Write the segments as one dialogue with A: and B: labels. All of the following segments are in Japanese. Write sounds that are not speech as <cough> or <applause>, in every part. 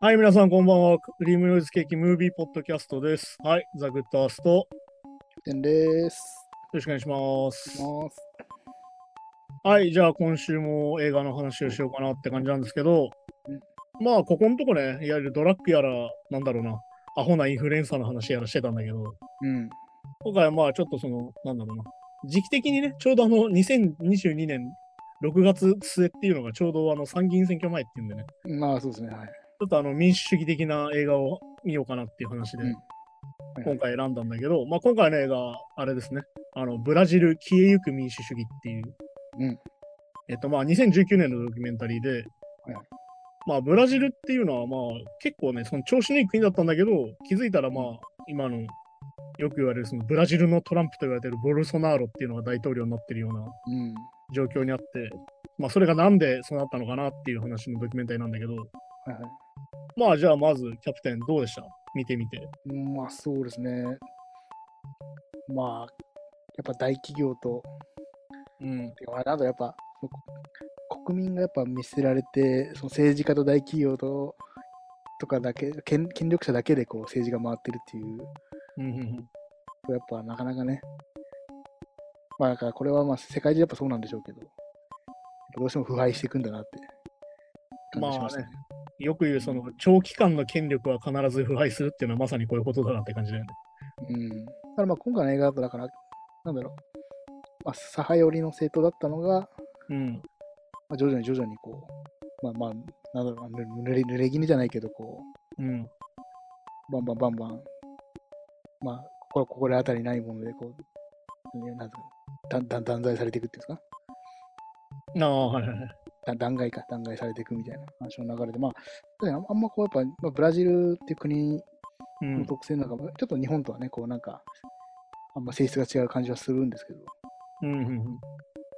A: はい、皆さんこんばんは。クリームノイズケーキムービーポッドキャストです。はい、ザ・グッドアースト、よ
B: てんです。
A: ろしくお願いします。
B: ます
A: はい、じゃあ今週も映画の話をしようかなって感じなんですけど
B: うん、
A: まあ、ここのとこね、いわゆるドラッグやら、なんだろうな、アホなインフルエンサーの話やらしてたんだけど、
B: うん。
A: 今回はまあちょっとその、なんだろうな、時期的にね、ちょうどあの、2022年6月末っていうのがちょうどあの参議院選挙前っていうんでね、
B: まあそうですね。はい。
A: ちょっとあの民主主義的な映画を見ようかなっていう話で
B: うんはい、はい
A: 今回選んだんだけど、まあ、今回の映画、あれですね、あのブラジル消えゆく民主主義っていう、
B: うん
A: えっとまあ、2019年のドキュメンタリーで、
B: はい
A: まあ、ブラジルっていうのは、まあ、結構ね、その調子のいい国だったんだけど、気づいたら、まあ、今のよく言われるそのブラジルのトランプと言われてるボルソナーロっていうのが大統領になってるような
B: うん。
A: 状況にあって、まあ、それがなんでそうなったのかなっていう話のドキュメンタリーなんだけど、
B: はいは
A: まあじゃあまずキャプテンどうでした見てみて。
B: い。まあそうですね。まあ、やっぱ大企業と、
A: うん。
B: てかまああとやっぱ、国民がやっぱ見捨てられて、その政治家と大企業と、とかだけ権権力者だけでこう政治が回ってるっていう
A: うんうんうん
B: とやっぱなかなかねまあだからこれはまあ世界中やっぱそうなんでしょうけどやっぱどうしても腐敗していくんだなって感じしましたね,、
A: よく言うその長期間の権力は必ず腐敗するっていうのはまさにこういうことだなって感じだよね。
B: うん。だからまあ今回の映画だと、だから、なんだろう、まあ、左派寄りの政党だったのが、
A: うん。
B: まあ、徐々に徐々にこう、まあまあ、なんだろうな、ぬぬれぬれぎぬじゃないけど、こ
A: うん。
B: う、バンバンバンバン、まあ、心心当たりないもので、こう、ねなんつうかだんだん断罪されていくっていうんですか
A: ああ、はいはいはい。
B: だ断崖か、断崖されていくみたいな話の流れで、まあ、確かにあんあんまこう、やっぱ、まあ、ブラジルっていう国
A: うん
B: の。特性なんかも、ちょっと日本とはね、こう、なんか、あんま性質が違う感じはするんですけど、
A: うんうんうん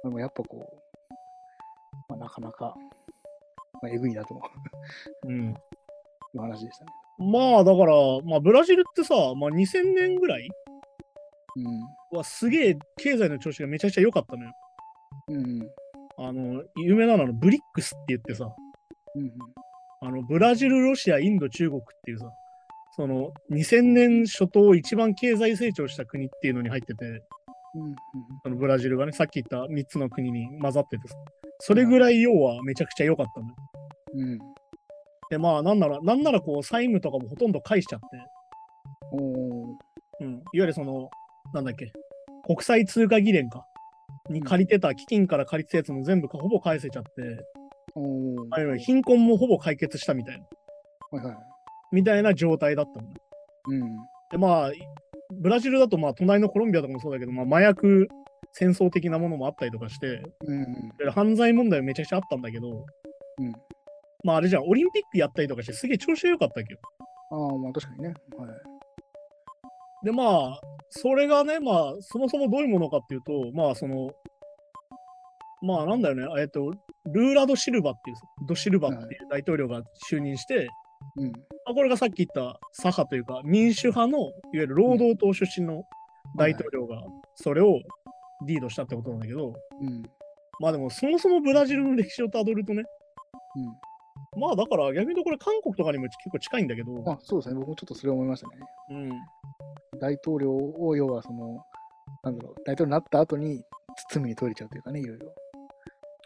B: でもやっぱこう、まあ、なかなか、まあ、えぐいなと
A: う
B: い
A: ん
B: う話でしたね。
A: まあだから、まあ、ブラジルってさ、まあ、2000年ぐらいはすげえ経済の調子がめちゃくちゃ良かったのよ。
B: うん。うん。
A: あの、有名なのはブリックスって言ってさ、
B: うん。
A: あのブラジル、ロシア、インド、中国っていうさ、その2000年初頭一番経済成長した国っていうのに入ってて、
B: うん。うん。
A: あのブラジルがね、さっき言った3つの国に混ざっててさ、それぐらい要はめちゃくちゃ良かったのよ。
B: うん。
A: で、まあ、なんなら、なんならこう、債務とかもほとんど返しちゃっ
B: おお。
A: て、うん、いわゆるその、なんだっけ、国際通貨議連か、に借りてた、基金から借りてたやつも全部かほぼ返せちゃって、
B: おお。
A: あるいは貧困もほぼ解決したみたいな、
B: はいはい。
A: みたいな状態だったのよ。
B: うん。
A: で、まあ、ブラジルだと、まあ、隣のコロンビアとかもそうだけど、まあ、麻薬戦争的なものもあったりとかして、
B: うん。
A: で犯罪問題もめちゃくちゃあったんだけど、
B: うん。
A: まああれじゃん、オリンピックやったりとかしてすげえ調子が良かったわけど。
B: ああ、まあ確かにね。はい。
A: でまあ、それがね、まあそもそもどういうものかっていうと、まあその、まあなんだよね、えっと、ルーラ・ド・シルバっていう、ド・シルバっていう大統領が就任して、
B: うん。
A: まあこれがさっき言った左派というか民主派のいわゆる労働党出身の大統領がそれをリードしたってことなんだけど、
B: うん。
A: まあでもそもそもブラジルの歴史をたどるとね、まあだから逆に言うとこれ韓国とかにも結構近いんだけど、
B: うん。あ、そうですね。僕もちょっとそれを思いましたね。
A: うん、
B: 大統領を、要はその、なんだろう、大統領になった後に、罪に問えちゃうというかね、いろいろ。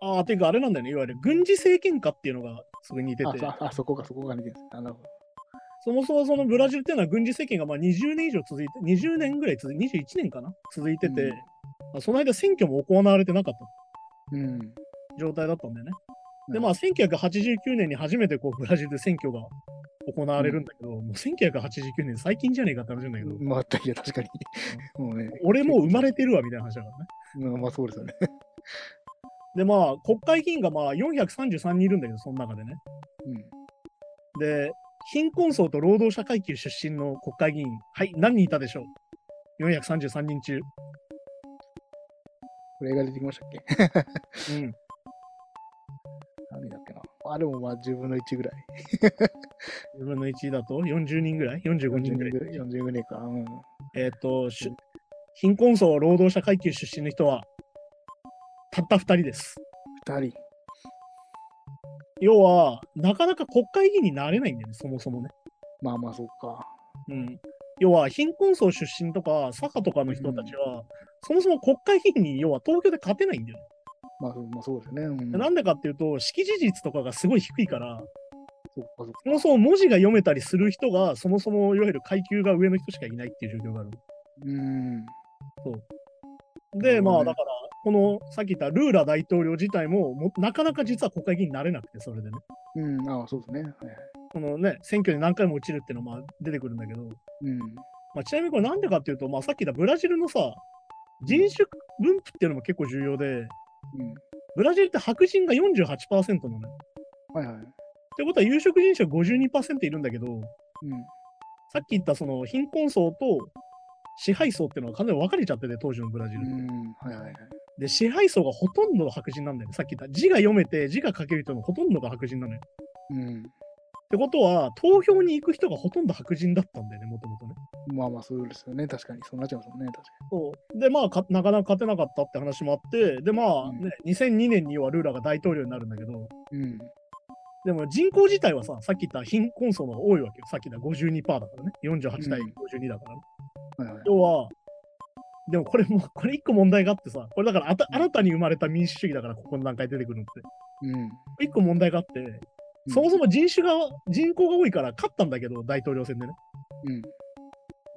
A: ああ、ていうかあれなんだよね。いわゆる軍事政権下っていうのがすごい似て
B: あ
A: て、
B: そあ、そこか、そこが見てるんですね。あなるほど。
A: そもそもそのブラジルっていうのは軍事政権がまあ20年以上続いて、20年ぐらい続いて、21年かな続いてて、まあその間選挙も行われてなかった
B: うん。
A: 状態だったんだよね。で、
B: うん
A: まあ1989年に初めてこうブラジルで選挙が行われるんだけど、もう1989年最近じゃねえかって話なんだけど、
B: まあ、いや、確かに。もうね。
A: 俺もう生まれてるわみたいな話だからね。
B: うんまあ、そうですよね。
A: で、まあ国会議員がまあ433人いるんだけど、その中でね。
B: うん。
A: で、貧困層と労働者階級出身の国会議員、はい、何人いたでしょう ?433 人中。
B: これ映画出てきましたっけ <laughs>
A: うん。
B: 何だっけな。あ、でもまあ、10分の1ぐらい。
A: 10分の1だと40人ぐらい ?45 人ぐらい。
B: 40人ぐらいか。うん。
A: えっ、と、しゅ貧困層、労働者階級出身の人は、たった2人です。
B: 2人。
A: 要は、なかなか国会議員になれないんだよね、そもそもね。
B: まあまあ、そうか。
A: うん、要は、貧困層出身とか、左派とかの人たちは、そもそも国会議員に、要は東京で勝てないんだよね。
B: まあ、そうまあ、そうですね。うん、
A: なんでかっていうと、識字率とかがすごい低いから、
B: そうか、そうか。
A: そもそも文字が読めたりする人が、そもそもいわゆる階級が上の人しかいないっていう状況がある。
B: うん。
A: で、ま
B: なるほど
A: あ
B: ね
A: だから、このさっき言ったルーラ大統領自体もも、なかなか実は国会議員になれなくて、それでね。
B: うん、ああ、そうですね。はいはい。
A: このね、選挙で何回も落ちるっていうのはまあ出てくるんだけど、
B: うん。
A: まあ、ちなみにこれなんでかっていうと、まあ、さっき言ったブラジルのさ、人種分布っていうのも結構重要で、
B: うん。
A: ブラジルって白人が48%なのよ。
B: はいはい。
A: ってことは有色人種が52%いるんだけど、
B: うん。
A: さっき言ったその貧困層と支配層っていうのは完全に分かれちゃってて、当時のブラジル。
B: うん。はいはいはい。
A: で、支配層がほとんど白人なんだよね。さっき言った字が読めて字が書ける人のほとんどが白人なのよ。
B: うん。
A: ってことは、投票に行く人がほとんど白人だったんだよね、もともとね。
B: まあまあ、そうですよね。確かに。そうなっちゃいますもんね。確か
A: そうで、まあかなかなか勝てなかったって話もあって、で、まあ、
B: うん
A: ね2002年にはルーラが大統領になるんだけど、
B: に。うん。
A: でも人口自体はさ、さっき言った貧困層の方が多いわけよ。さっき言った52%だからね。48対
B: うん
A: 52だから、ね
B: はいはい。
A: 要は、でもこれも、これ一個問題があってさ、これだからあた
B: うん
A: 新たに生まれた民主主義だから、ここの段階で出てくるのって。
B: うん。
A: 一個問題があって、そもそも人種が、人口が多いから勝ったんだけど、大統領選でね。
B: うん。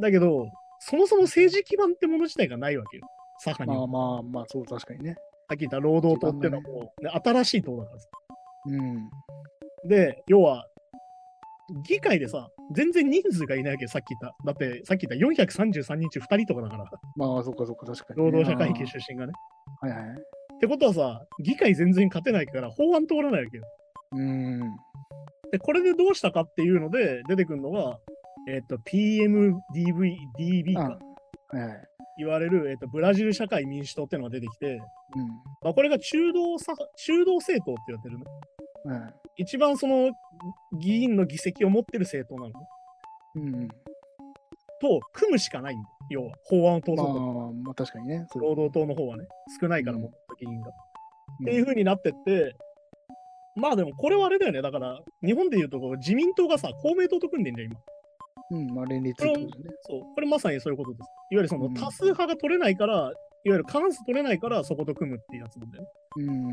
A: だけど、そもそも政治基盤ってもの自体がないわけよ。左派に
B: ま
A: は
B: あまあまあ、そう、確かにね。
A: さっき言った労働党っていうのはもう、ね新しい党だからさ
B: うん。
A: で、要は、議会でさ、全然人数がいないわけよさっき言った。だって、さっき言った433日2人とかだ
B: <laughs>
A: から、
B: まあ、そうか、そうか、確かにね、
A: 労働者会議出身がね。
B: ああはいはい。
A: ってことはさ、議会全然勝てないから法案通らないわけよ。
B: うん。
A: で、これでどうしたかっていうので、出てくるのが、えっ、と、PMDV、DB
B: あ
A: か
B: はいはい。
A: 言われる、えっ、と、ブラジル社会民主党っていうのが出てきて、
B: う
A: まあ、これが中道さ中道政党って言われてるね。
B: ん。はい。
A: 一番その議員の議席を持ってる政党なの。
B: うん。
A: と組むしかないんだよ。要は、法案を通そう
B: まあ
A: と。、
B: まあ、確かにね。そう
A: 労働党の方はね、少ないから、
B: うん
A: もっと議員が。っ
B: うん
A: ていう風になってって、まあでもこれはあれだよね。だから、日本でいうとこう自民党がさ、公明党と組んでんじゃん、今。
B: うん、まあ、連立ってことですね。
A: そう。これまさにそういうことです。いわゆるその
B: うん
A: 多数派が取れないから、いわゆる過半数取れないから、そこと組むっていうやつなんだよね。
B: うん。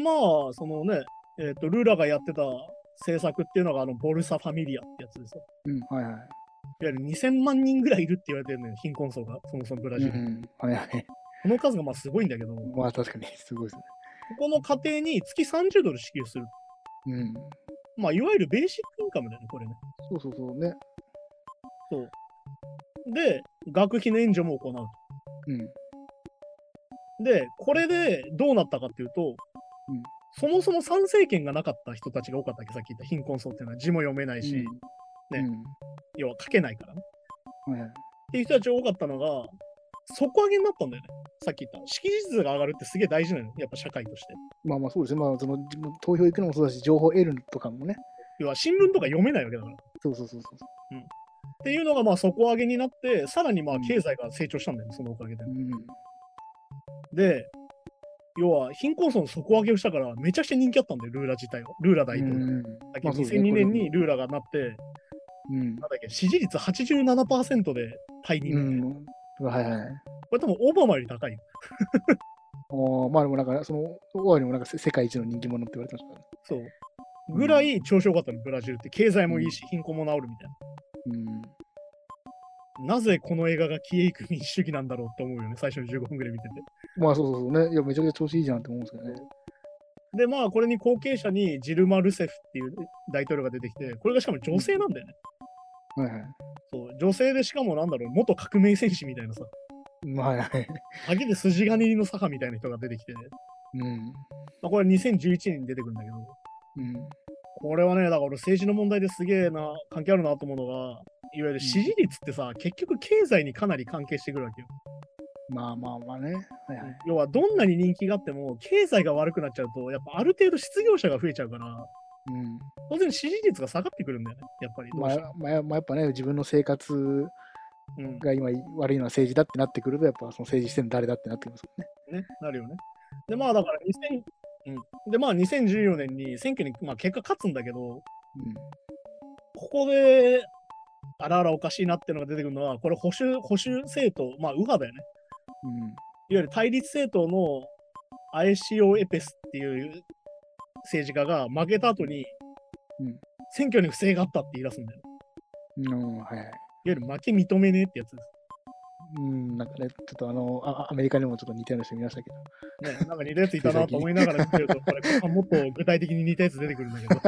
A: で、まあ、そのね、えっ、と、ルーラがやってた政策っていうのが、あの、ボルサファミリアってやつですよ。
B: うん、はいはい
A: わゆる2000万人ぐらいいるって言われてるのよ、貧困層が、そもそもブラ
B: い。
A: ジル。
B: うん、はいはい。 <laughs>
A: この数がまあすごいんだけど、こ
B: まあ、確かに、すごいです
A: この家庭に月30ドル支給する。
B: ね。うん。
A: まあ、いわゆるベーシックインカムだよね、これね。
B: そうそうそうね。
A: で、学費の援助も行う。
B: うん。
A: で、これでどうなったかっていうと、
B: うん
A: そもそも参政権がなかった人たちが多かったっけさっき言った貧困層っていうのは字も読めないし、
B: うん。うん
A: 要は書けないからね。
B: はいはい。
A: っていう人たちが多かったのが、底上げになったんだよね。さっき言った。識字率が上がるってすげえ大事なのよ、やっぱ社会として。
B: まあまあ、そうですね。まあ、その、投票行くのもそうだし、情報得るとかもね。
A: 要は新聞とか読めないわけだから。
B: そうそうそうそう。
A: っていうのがまあ底上げになって、さらにまあ
B: うん
A: 経済が成長したんだよね、そのおかげで
B: う。ん。
A: で、要は貧困層の底上げをしたから、めちゃくちゃ人気あったんだよ、ルーラ自体は。ルーラ大統領。
B: うん
A: だけ
B: ま
A: ど
B: あそうです
A: 2002
B: ね
A: 年にルーラがなって、なん
B: うん。
A: だっけ、支持率87%で退任、
B: うん。はいはい。
A: これ多分オバマより高いよ。
B: おーまあでもなんか、その、オワリもなんかせ世界一の人気者って言われてましたからね。
A: そう。ぐらい調子良かったの、ブラジルって。経済もいいし、貧困も治るみたい
B: うん。
A: な。なぜこの映画が消えゆく民主主義なんだろうって思うよね、最初の15分ぐらい見てて。
B: まあそうそうそうね。いや、めちゃくちゃ調子いいじゃんって思うんですけどね。
A: で、まあ、これに後継者にジルマ・ルセフっていう大統領が出てきて、これがしかも女性なんだよね。
B: はいはい。
A: そう、女性でしかもなんだろう、元革命戦士みたいなさ、
B: まあはいはい。
A: 鍵で筋金入りの左派みたいな人が出てきて、
B: うん。
A: まあ、これ2011年に出てくるんだけど、
B: うん。
A: これはね、だから俺政治の問題ですげえな、関係あるなと思うのが、いわゆる支持率ってさ、結局経済にかなり関係してくるわけよ。
B: まあまあまあね。はいはい。
A: 要は、どんなに人気があっても、経済が悪くなっちゃうと、やっぱある程度失業者が増えちゃうから、
B: うん。
A: 当然支持率が下がってくるんだよね、やっぱりど
B: ま
A: うしても。
B: あ、まあ、まあ、やっぱね、自分の生活
A: うん
B: が今悪いのは政治だってなってくると、やっぱその政治してるの誰だってなってきますもんね。
A: ね、なるよね。で、まあだから2000で、まあ、2014年に選挙に、まあ、結果勝つんだけ
B: う
A: ど、
B: ん
A: ここで、あらあらおかしいなっていうのが出てくるのは、これ保守、保守政党、まあ、右派だよね。
B: うん
A: いわゆる対立政党のアエシオ・エペスっていう政治家が負けた後に、
B: うん
A: 選挙に不正があったって言い出すんだよ。いわ
B: うん、はいはい。
A: ゆる負け認めねえってやつです。
B: うん、なんかね、ちょっとあの、あアメリカにもちょっと似たような人見ましたけ <laughs> ど。
A: ね、なんか似たやついたなと思いながら見てると、これ、もっと具体的に似たやつ出てくるんだけど、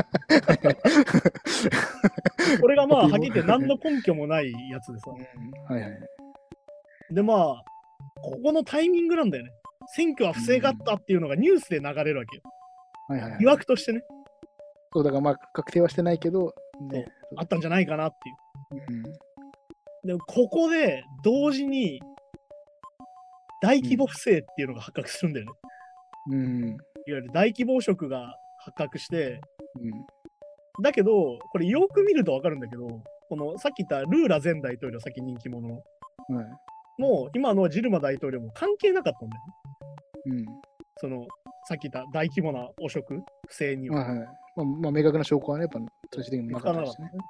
A: これがまあ、はっきり言って何の根拠もないやつでさ。
B: うんはいはい。
A: で、まあ、ここのタイミングなんだよね。選挙は不正があったっていうのがニュースで流れるわけよ。
B: はいはいはい、
A: 疑惑としてね、
B: そうだからまあ確定はしてないけど、ね、
A: あったんじゃないかなっていう。
B: うん
A: でもここで同時に大規模不正っていうのが発覚するんだよね。
B: うん
A: いわゆる大規模汚職が発覚して、
B: うん
A: だけど、これよく見るとわかるんだけど、このさっき言ったルーラ前大統領、さっき人気者の、
B: はい
A: の今のジルマ大統領も関係なかったんだよね。
B: うん
A: その、さっき言った大規模な汚職、不正には。
B: はいはいまあまあ、明確な証拠はね、やっぱ最終的に見
A: わ
B: つ
A: か
B: からっ
A: な
B: た
A: かっ
B: したね。
A: ね。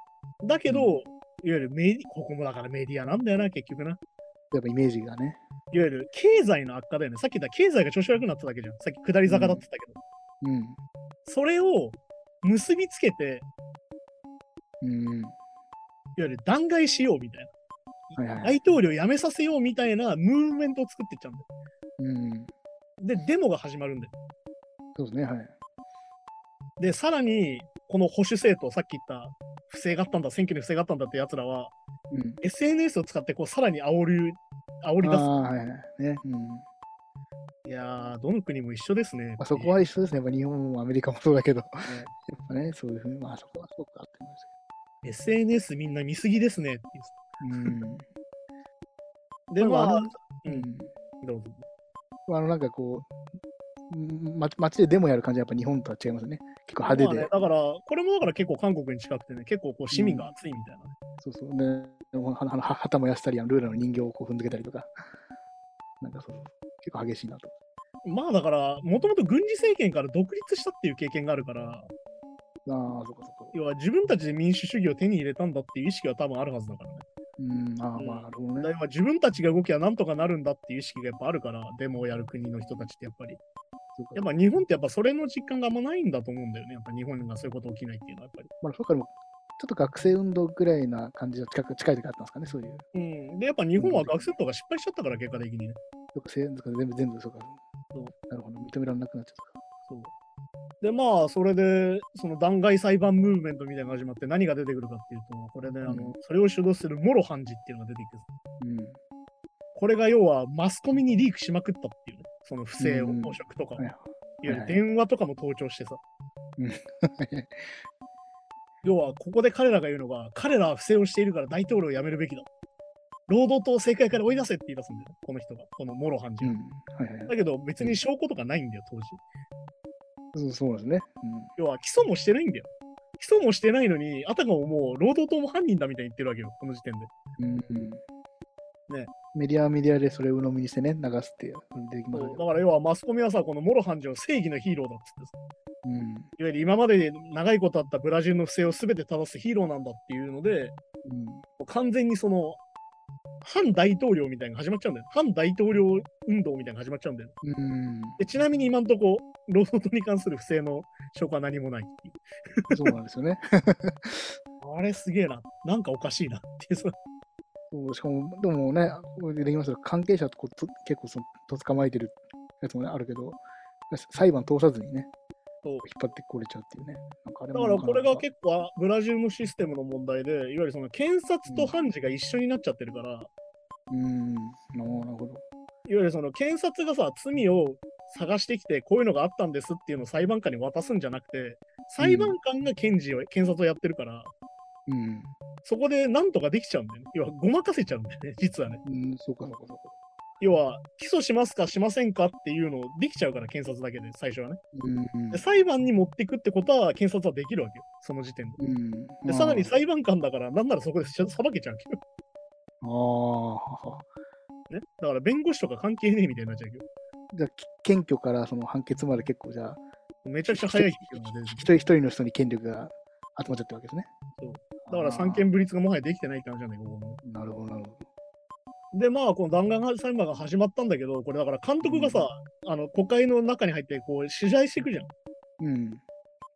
A: だけど、
B: う
A: いわゆるメディ、ここもだからメディアなんだよな、結局な。
B: やっぱイメージがね。
A: いわゆる経済の悪化だよね。さっき言った経済が調子悪くなっただけじゃん。さっき下り坂だって言ったけど。
B: うん。
A: それを結びつけて、
B: うん。
A: いわゆる弾劾しようみたい
B: はいは
A: な、
B: い。
A: 大統領辞めさせようみたいなムーブメントを作っていっちゃうん
B: うん。
A: だよ。で、デモが始まるんだよ。
B: そうですね、はい。
A: で、さらに、この保守政党、さっき言った、不正があったんだ、選挙に不正があったんだってやつらは、
B: うん。
A: SNS を使って、こう、さらに煽る、煽り
B: あ
A: 出。
B: あ、はいはい。ね。うん。ます
A: いやー、どの国も一緒ですね。
B: あ、そこは一緒ですね。やっぱ日本もアメリカもそうだけど。やっぱね、そういうふうに、まあそこはそうかって思いまし
A: SNS みんな見すぎですねっていう
B: たけど。
A: で、
B: ま
A: ま
B: ああ、
A: あう、
B: うん。うんん
A: どうぞ。
B: あのなんかこう、んま、街でデモやる感じはやっぱ日本とは違いますね。結構
A: ま
B: 派手
A: あ
B: で。
A: ね、だから、これもだから結構韓国に近くてね、結構こう市民が熱いみたいなね。
B: そうそう。ね、ははは旗燃やしたり、あのルーラの人形をこう踏んづけたりとか。なんかそう、結構激しいなと。
A: まあだから、もともと軍事政権から独立したっていう経験があるから、
B: ああ、そうかそうか。
A: 要は自分たちで民主主義を手に入れたんだっていう意識は多分あるはずだからね。
B: うん、ああ、
A: うん
B: まあ、なるほどね
A: だから。要は自分たちが動きゃなんとかなるんだっていう意識がやっぱあるから、デモをやる国の人たちってやっぱり。
B: そうか
A: やっぱ日本ってやっぱそれの実感があんまないんだと思うんだよね。やっぱ日本がそういうこと起きないっていうのはやっぱり。
B: まあ、そうかでも、ちょっと学生運動ぐらいな感じの近く近い時あったんですかね、そういう。
A: うん。で、やっぱ日本は学生とか失敗しちゃったから、結果的にね。
B: 学生運動とか全部、全部そうか。
A: そう
B: なるほど、認められなくなっちゃったか。
A: そう。で、まあ、それで、その弾劾裁判ムーブメントみたいなのが始まって何が出てくるかっていうと、これで、あの、
B: うん
A: それを主導するモロハンジっていうのが出てきて、
B: うん。
A: これが要はマスコミにリークしまくったっていうね、その不正を
B: うん
A: 汚職とかを、
B: はいい
A: わ
B: は
A: ゆる電話とかも盗聴してさ、
B: い。
A: 要はここで彼らが言うのが、彼らは不正をしているから大統領を辞めるべきだ。労働党を政界から追い出せって言い出すんだよね、この人が、このモロハンジ
B: う
A: が。
B: ん。はいはい。
A: だけど別に証拠とかないんだよ、当時。
B: そうそうですね。うん。
A: 要は起訴もしてないんだよ。起訴もしてないのに、あたかももう労働党も犯人だみたいに言ってるわけよ、この時点で。
B: うん
A: ね
B: メディアはメディアでそれを鵜呑みにしてね、流すっていう。できます
A: そうだから要はマスコミはさ、このモロハンジを正義のヒーローだっつってさ
B: うん。
A: いわゆる今まで長いことあったブラジルの不正を全て正すヒーローなんだっていうので、
B: うん。
A: もう完全にその、反大統領みたいなのが始まっちゃうんだよ。反大統領運動みたいなのが始まっちゃうんだよ。
B: うん。
A: でちなみに今んとこ、労働党に関する不正の証拠は何もないっていう。
B: そうなんですよね。
A: あれすげえな。なんかおかしいなっていう。その
B: そうしかも、でもね、これでできますけど、関係者とこうと結構そのと捕まえてるやつもね、あるけど、裁判通さずにね、
A: そう
B: 引っ張ってこれちゃうっていうね。なんかあれ
A: だ
B: も
A: か
B: な
A: ら
B: な
A: これが結構ブラジルのシステムの問題で、いわゆるその検察と判事が一緒になっちゃってるから、いわ
B: うん、なるほど。
A: ゆるその検察がさ、罪を探してきて、こういうのがあったんですっていうのを裁判官に渡すんじゃなくて、裁判官が検事を、検察をやってるから、
B: うん、
A: そこでなんとかできちゃうんだよね。要はごまかせちゃうんだよね、実はね。
B: うん、そうかそうかそうか。
A: 要は、起訴しますかしませんかっていうのをできちゃうから、検察だけで、最初はね。
B: うん、
A: で裁判に持っていくってことは、検察はできるわけよ、その時点で。
B: うん。
A: で、さらに裁判官だから、なんならそこで裁けちゃうわけど。
B: ああ、
A: ね、だから弁護士とか関係ねえみたいになっちゃうけど、
B: じゃあ、き検挙からその判決まで結構じゃあ、
A: めちゃくちゃ早いっていうのが出て
B: 一
A: くる
B: 人一人の人に権力が集まっちゃったわけですね。
A: そう
B: あ
A: だ
B: ー
A: から三権分立がもはやできてないって話なんだけど、ここ
B: なるほど、なるほど。
A: ので、まあ、この弾丸裁判が始まったんだけど、これだから監督がさ、あの国会の中に入って、こう、取材していくじゃん。
B: うん。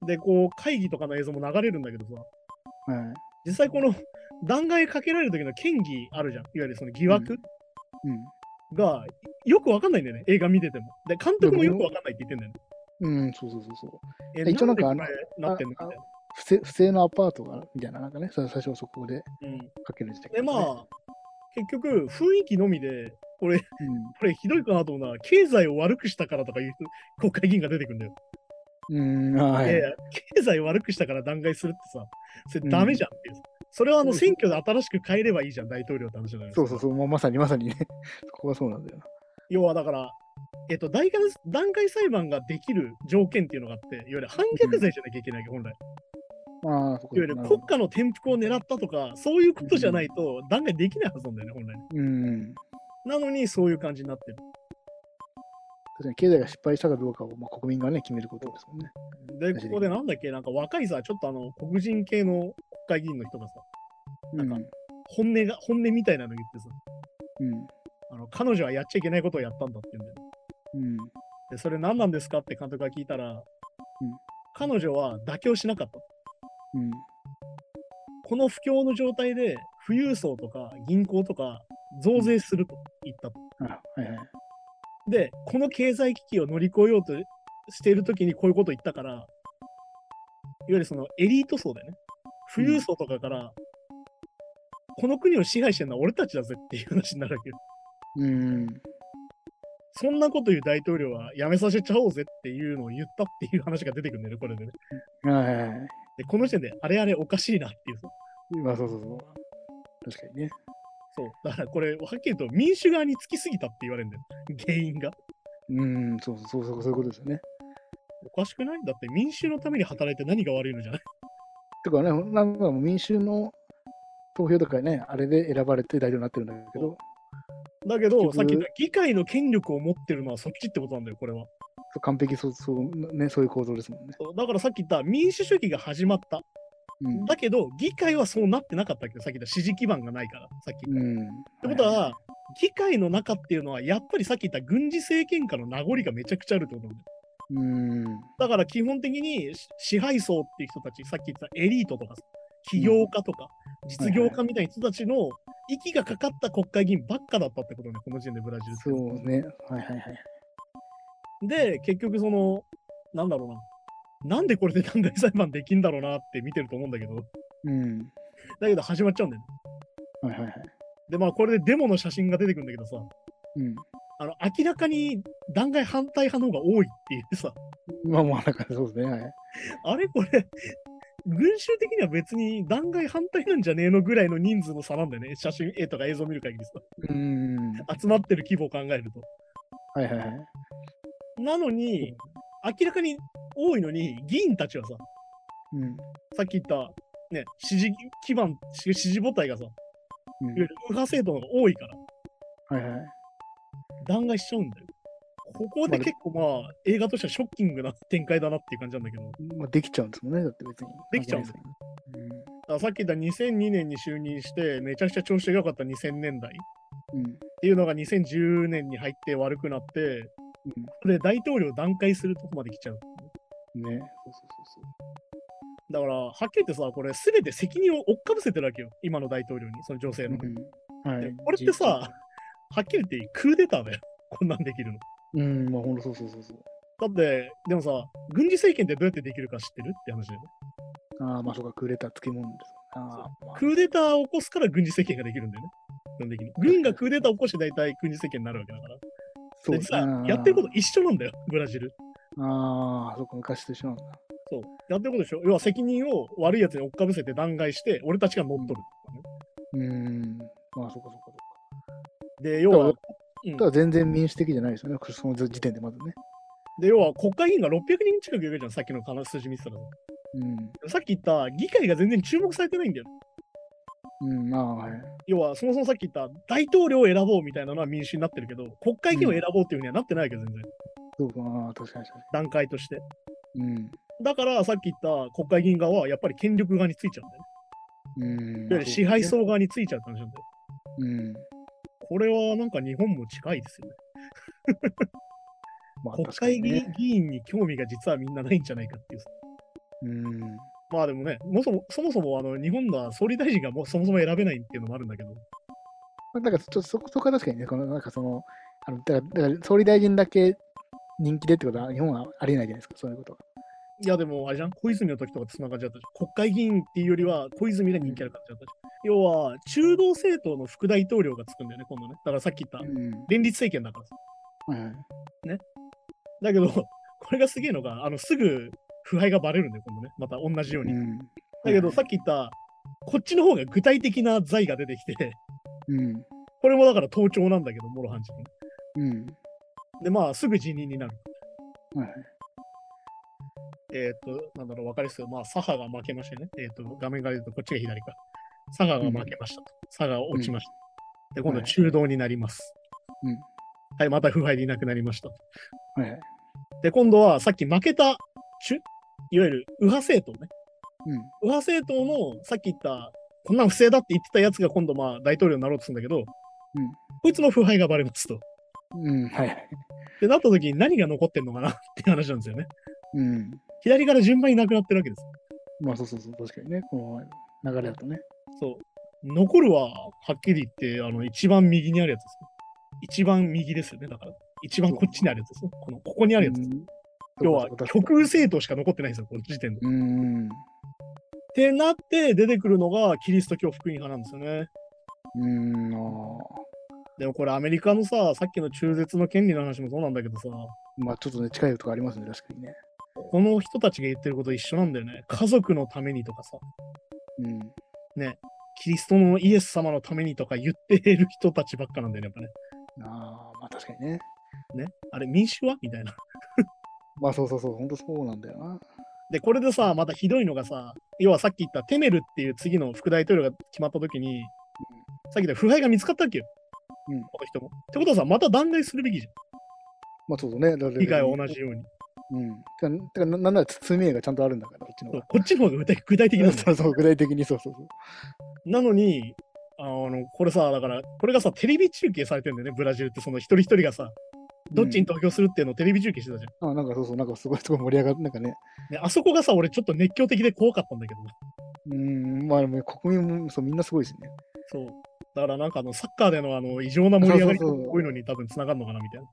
A: で、こう、会議とかの映像も流れるんだけどさ、
B: はい。
A: 実際この弾劾かけられる時の嫌疑あるじゃん。いわゆるその疑惑が、よくわかんないんだよね、映画見てても。で、監督もよくわかんないって言ってんだよね。
B: うん。うん、そうそうそうそう。
A: え
B: 一応なんかあの
A: でこれなってんのみたいな。
B: 不正不正のアパートが、みたいな、なんかね、さ最初はそこで
A: うん
B: かける時点
A: でまあ結局雰囲気のみで俺これひどいかなと思うのは経済を悪くしたからとかいう国会議員が出てくるんだよ。
B: うん。うん、はいい
A: やい。や経済を悪くしたから弾劾するってさそれダメじゃんっていう。それはあの
B: そうです
A: 選挙で新しく変えればいいじゃん大統領って話じゃないです
B: そ
A: か
B: うそうそう、まあまさにまさにね。 <laughs> そこがそうなんだよな。
A: 要はだから、えっと、弾劾弾劾裁判ができる条件っていうのがあっていわゆる反逆罪じゃなきゃいけない、本来いわ
B: ああ、そこ
A: ゆる
B: なるほ
A: 国
B: ど
A: 家の転覆を狙ったとかそういうことじゃないと弾劾できないはずなんだよね本来
B: うん。
A: なのにそういう感じになってる
B: 確かに経済が失敗したかどうかを、まあ、国民がね、決めることですもんね。
A: で、ここでなんだっけ、なんか若いさ、ちょっとあの、黒人系の国会議員の人がさ、なんか本音が、本音みたいなの言ってさ、
B: うん。
A: あの、彼女はやっちゃいけないことをやったんだって言うんだよ。
B: うん。
A: で、それ何なんですかって監督が聞いたら、彼女は妥協しなかった。
B: うん。
A: この不況の状態で、富裕層とか銀行とか増税すると言ったと。
B: うん。あ、はいはい。
A: で、この経済危機を乗り越えようとしているときにこういうこと言ったから、いわゆるそのエリート層だよね。富裕層とかから、この国を支配してるのは俺たちだぜっていう話になるわけど、
B: うん。
A: そんなこと言う大統領はやめさせちゃおうぜっていうのを言ったっていう話が出てくるんだよね、これでね。
B: はいはいはい。
A: で、この時点であれあれおかしいなっていう。
B: まあそうそうそう。確かにね。
A: そう。だからこれ、はっきり言うと民主側につきすぎたって言われるんだよ。原因が。
B: うん、そうそうそう、そういうことですよね。
A: おかしくないだって民衆のために働いて何が悪いのじゃない
B: てかね、なんかもう民衆の投票とかね、あれで選ばれて大統領になってるんだけど、
A: だけど、
B: 結局
A: さっき言った議会の権力を持ってるのはそっちってことなんだよ、これは。
B: そう完璧そうそう、ね、そういう構造ですもんね。
A: そうだからさっき言った民主主義が始まった。
B: うん。
A: だけど、議会はそうなってなかったけど、さっき言った支持基盤がないから、さっき
B: う
A: 言った。っ
B: ん、って
A: ことは、議会の中っていうのは、やっぱりさっき言った軍事政権下の名残がめちゃくちゃあるってことなんだよ。
B: うん、
A: だから基本的にし支配層っていう人たち、さっき言ったエリートとかさ、起業家とか、実業家みたいな人たちの息がかかった国会議員ばっかだったってことね、この時点でブラジルって
B: そうね。はいはいはい。
A: で、結局その、なんだろうな。なんでこれで弾劾裁判できんだろうなって見てると思うんだけど、
B: うん。
A: だけど始まっちゃうんだよね。
B: はいはいはい。
A: で、まあこれでデモの写真が出てくるんだけどさ、
B: うん。
A: あの、明らかに弾劾反対派の方が多いっていうさ、
B: まあまあ、だからそうですね。はい。
A: あれこれ、群衆的には別に弾劾反対なんじゃねえのぐらいの人数の差なんだよね。写真、絵とか映像見る限りさ、
B: うん。
A: 集まってる規模を考える
B: はいはいはい。
A: と。なのに、明らかに多いのに、議員たちはさ、
B: うん。
A: さっき言った、ね、支持基盤、支支持母体がさ、
B: うん
A: いわゆる右派政党の方が多いから、
B: はいはい。
A: 弾劾しちゃうんだよ。ここで結構まあ、映画としてはショッキングな展開だなっていう感じなんだけど、だ
B: まあ、できちゃうんですもんね。だって別に。
A: できちゃうんですす
B: よ。
A: からさっき言った2002年に就任して、めちゃくちゃ調子が良かった2000年代っ
B: うん。うん。
A: ていうのが2010年に入って悪くなって、これ大統領段階するとこまで来ちゃう。
B: うん、ね。そう
A: だから、はっきり言ってさ、これ全て責任を追っかぶせてるわけよ。今の大統領に、その女性
B: そうそ
A: の。
B: うそ
A: で
B: う。うん。はい。
A: これってさ、はっきり言っていいクーデターだよ。 <laughs> こんなんできるの。
B: うん、まあほんとそうそうそうそう。
A: だって、でもさ、軍事政権ってどうやってできるか知ってるって話だよね。
B: ああ、まあそうか、クーデターつけもんです。ああ、まあ
A: クーデターを起こすから軍事政権ができるんだよね。基本的に。軍がクーデターを起こして大体軍事政権になるわけだから。
B: そう
A: でさ、やってること一緒なんだよ、ブラジル。
B: と。ああ、そうか、昔と一緒なんだ。
A: そう。やってることでしょ。要は責任を悪いやつに追っかぶせて弾劾して、俺たちが乗っ取る、
B: うーん、まあそうかそうかそうか。
A: で、要は
B: だか、ただ全然民主的じゃないですよね、その時点でまずね。
A: で、要は国会議員が600人近くいるじゃん、さっきの数字見てたら。
B: うん
A: さっき言った議会が全然注目されてないんだよ。、
B: うん、まあはい。
A: 要は、そもそもさっき言った大統領を選ぼうみたいなのは民主になってるけど、国会議員を選ぼうっていうふうにはなってないわけど、全然。
B: そうか、ああ確かに確か
A: 段階として。
B: うん。
A: だからさっき言った国会議員側はやっぱり権力側についちゃうんだよね。
B: うん。
A: いわゆる支配層側についちゃう感じなんだよ。
B: うん。
A: これはなんか日本も近いですよね。
B: まあ、
A: 国
B: 確か
A: 会
B: に
A: 議
B: ね。
A: 議員に興味が実はみんなないんじゃないかっていう。
B: うん。
A: まあでもね、もそもそもそもあの日本は総理大臣がもうそもそも選べないっていうのもあるんだけど、
B: まあ、だからちょっとそこそこは確かにね、このなんかその、あのだからだから総理大臣だけ人気でってことは日本はありえないじゃないですか、そういうことは。
A: いやでもあれじゃん、小泉の時とかってそんな感じだったじゃん。国会議員っていうよりは小泉が人気ある感じだったじゃん。要は中道政党の副大統領がつくんだよね、今度ね。だからさっき言った
B: うん。
A: 連立政権だからさ。
B: はいはい
A: だけど、 <laughs> これがすげえのが、あのすぐ腐敗がバレるんだよ、今度ね。また同じように。
B: うん。
A: だけどさっき言った、こっちの方が具体的な罪が出てきて、
B: うん。
A: これもだから盗聴なんだけど、モロハン氏の。
B: うん。
A: で、まあすぐ辞任になる。
B: はいはい。
A: えっ、と、なんだろう、分かりやすく、まあ、左派が負けましたよね。えっ、と、画面から言うと、こっちが左か。左派が負けましたと。左派が落ちました。で、今度、
B: はい
A: 中道になります。
B: うん。
A: はい、また腐敗でいなくなりました。
B: はいはい。
A: で、今度は、さっき負けた、中、いわゆる右派政党ね。
B: うん。
A: 右派政党の、さっき言った、こんなん不正だって言ってたやつが今度、まあ、大統領になろうとするんだけど、
B: うん
A: こいつの腐敗がバレますと。
B: うん。はいはい。
A: で、なった時に何が残ってんのかなっていう話なんですよね。
B: うん。
A: 左から順番になくなってるわけです。
B: まあそうそうそう、確かにね、この流れだとね。
A: そう。残るは、はっきり言って、あの、一番右にあるやつですよ。一番右ですよね、だから。一番こっちにあるやつですよ。この、ここにあるやつです。
B: うん
A: 要は
B: そうか、そうか
A: 極右政党しか残ってないんですよ、この時点で。っ
B: うん。
A: てなって、出てくるのが、キリスト教福音派なんですよね。
B: うん。あ
A: でもこれ、アメリカのさ、さっきの中絶の権利の話もそうなんだけどさ、
B: ーまあちょっとね、近いとこありますね、確かにね。
A: この人たちが言ってること一緒なんだよね。家族のためにとかさ、
B: うん。
A: キリストのイエス様のためにとか言っている人たちばっかなんだよね、やっぱね。
B: ああ、まあ確かにね。
A: ね。あれ、民主はみたいな。
B: まあそうそうそう、本当そうなんだよな。
A: で、これでさ、またひどいのがさ、要はさっき言ったテメルっていう次の副大統領が決まったときに、さっき言った腐敗が見つかったわけよ。
B: うん
A: この人も。ってことはさ、また弾劾するべきじ
B: まあそうそうね。だっ
A: ゃ
B: て
A: ん。議会は同じ。ように。
B: うん。てか、てかななんなら罪名がちゃんとあるんだから、こっちの方
A: そう
B: が。
A: こっちの方が具体具体的なんだ
B: そ
A: よ
B: うそう、具体的にそうそうそう。
A: なのに、あの、これさ、だから、これがさ、テレビ中継されてるんだよね、ブラジルって、その一人一人がさ、どっちに投票するっていうのをテレビ中継してたじゃん。
B: あなんかそうそう、なんかすごいすごい盛り上がる、なんかね。
A: ね、あそこがさ、俺ちょっと熱狂的で怖かったんだけど。
B: うん、まあでも国民もそうみんなすごいしね。
A: そう。だからなんかあの、サッカーでのあの、異常な盛り上がりとか
B: そうそうそう
A: こういうのに多分繋がるのかな、みたいな。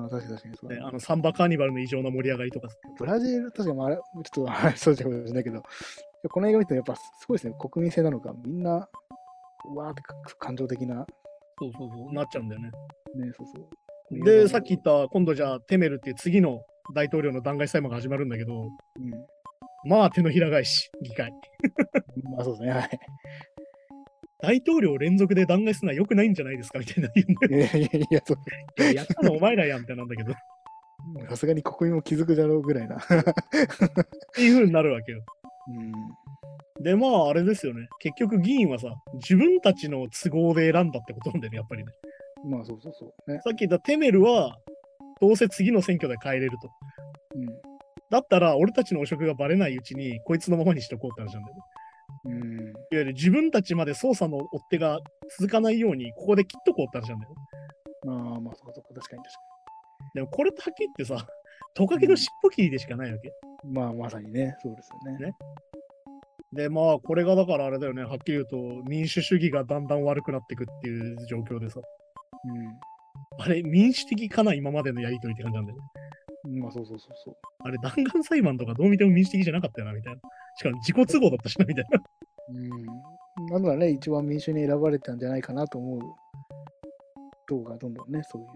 B: まあ確かに確かにそうだ
A: ね
B: ね、
A: あのサンバカーニバルの異常な盛り上がりとかさ
B: ブラジル、確かに、まあ、あれちょっと、あれそうじゃないけど、この映画見て、やっぱすごいですね、国民性なのか、みんな、うわーってか感情的な、
A: そうそうそうなっちゃうんだよね。
B: ね、そうそう。
A: で、さっき言っ、た、今度じゃあ、テメルっていう次の大統領の弾劾裁判が始まるんだけど、
B: うん、
A: まあ手のひら返し、議会。
B: まあそうですね、はい。
A: 大統領を連続で弾劾するのは良くないんじゃないですかみたいな言うんだよ
B: いやいやいや、そう
A: いややったのお前らやんみたいなんだけ <laughs> ど。っ
B: もうさすがに国民も気づくだろうぐらいな。
A: ていう風になるわけよ。
B: うん、
A: で、まああれですよね。結局議員はさ、自分たちの都合で選んだってことなんだよね、やっぱりね。
B: まあそうそうそう。ね。
A: さっき言ったテメルは、どうせ次の選挙で変えれると。だったら、俺たちの汚職がバレないうちに、こいつのままにしとこうって話なんだよね。
B: うん。うん。
A: いわゆる自分たちまで捜査の追っ手が続かないように、ここで切っとこうって話なんだよ。
B: まあまあそうそう、確かに確か
A: でもこれってはっきり言ってさ、トカゲの尻尾切りでしかないわけ。
B: に。まあまさにね、そうですよね。
A: ねで、まあこれがだからあれだよね、はっきり言うと民主主義がだんだん悪くなっていくっていう状況でさ、あれ民主的かな今までのやりとりって感じなんだよね。
B: うん。まあそうそうそうそう。
A: あれ弾劾裁判とかどう見ても民主的じゃなかったよなみたいな。しかも自己都合だったしなみたいな。
B: うん、なのはね、一番民主に選ばれたんじゃないかなと思う動画がどんどんね、そういう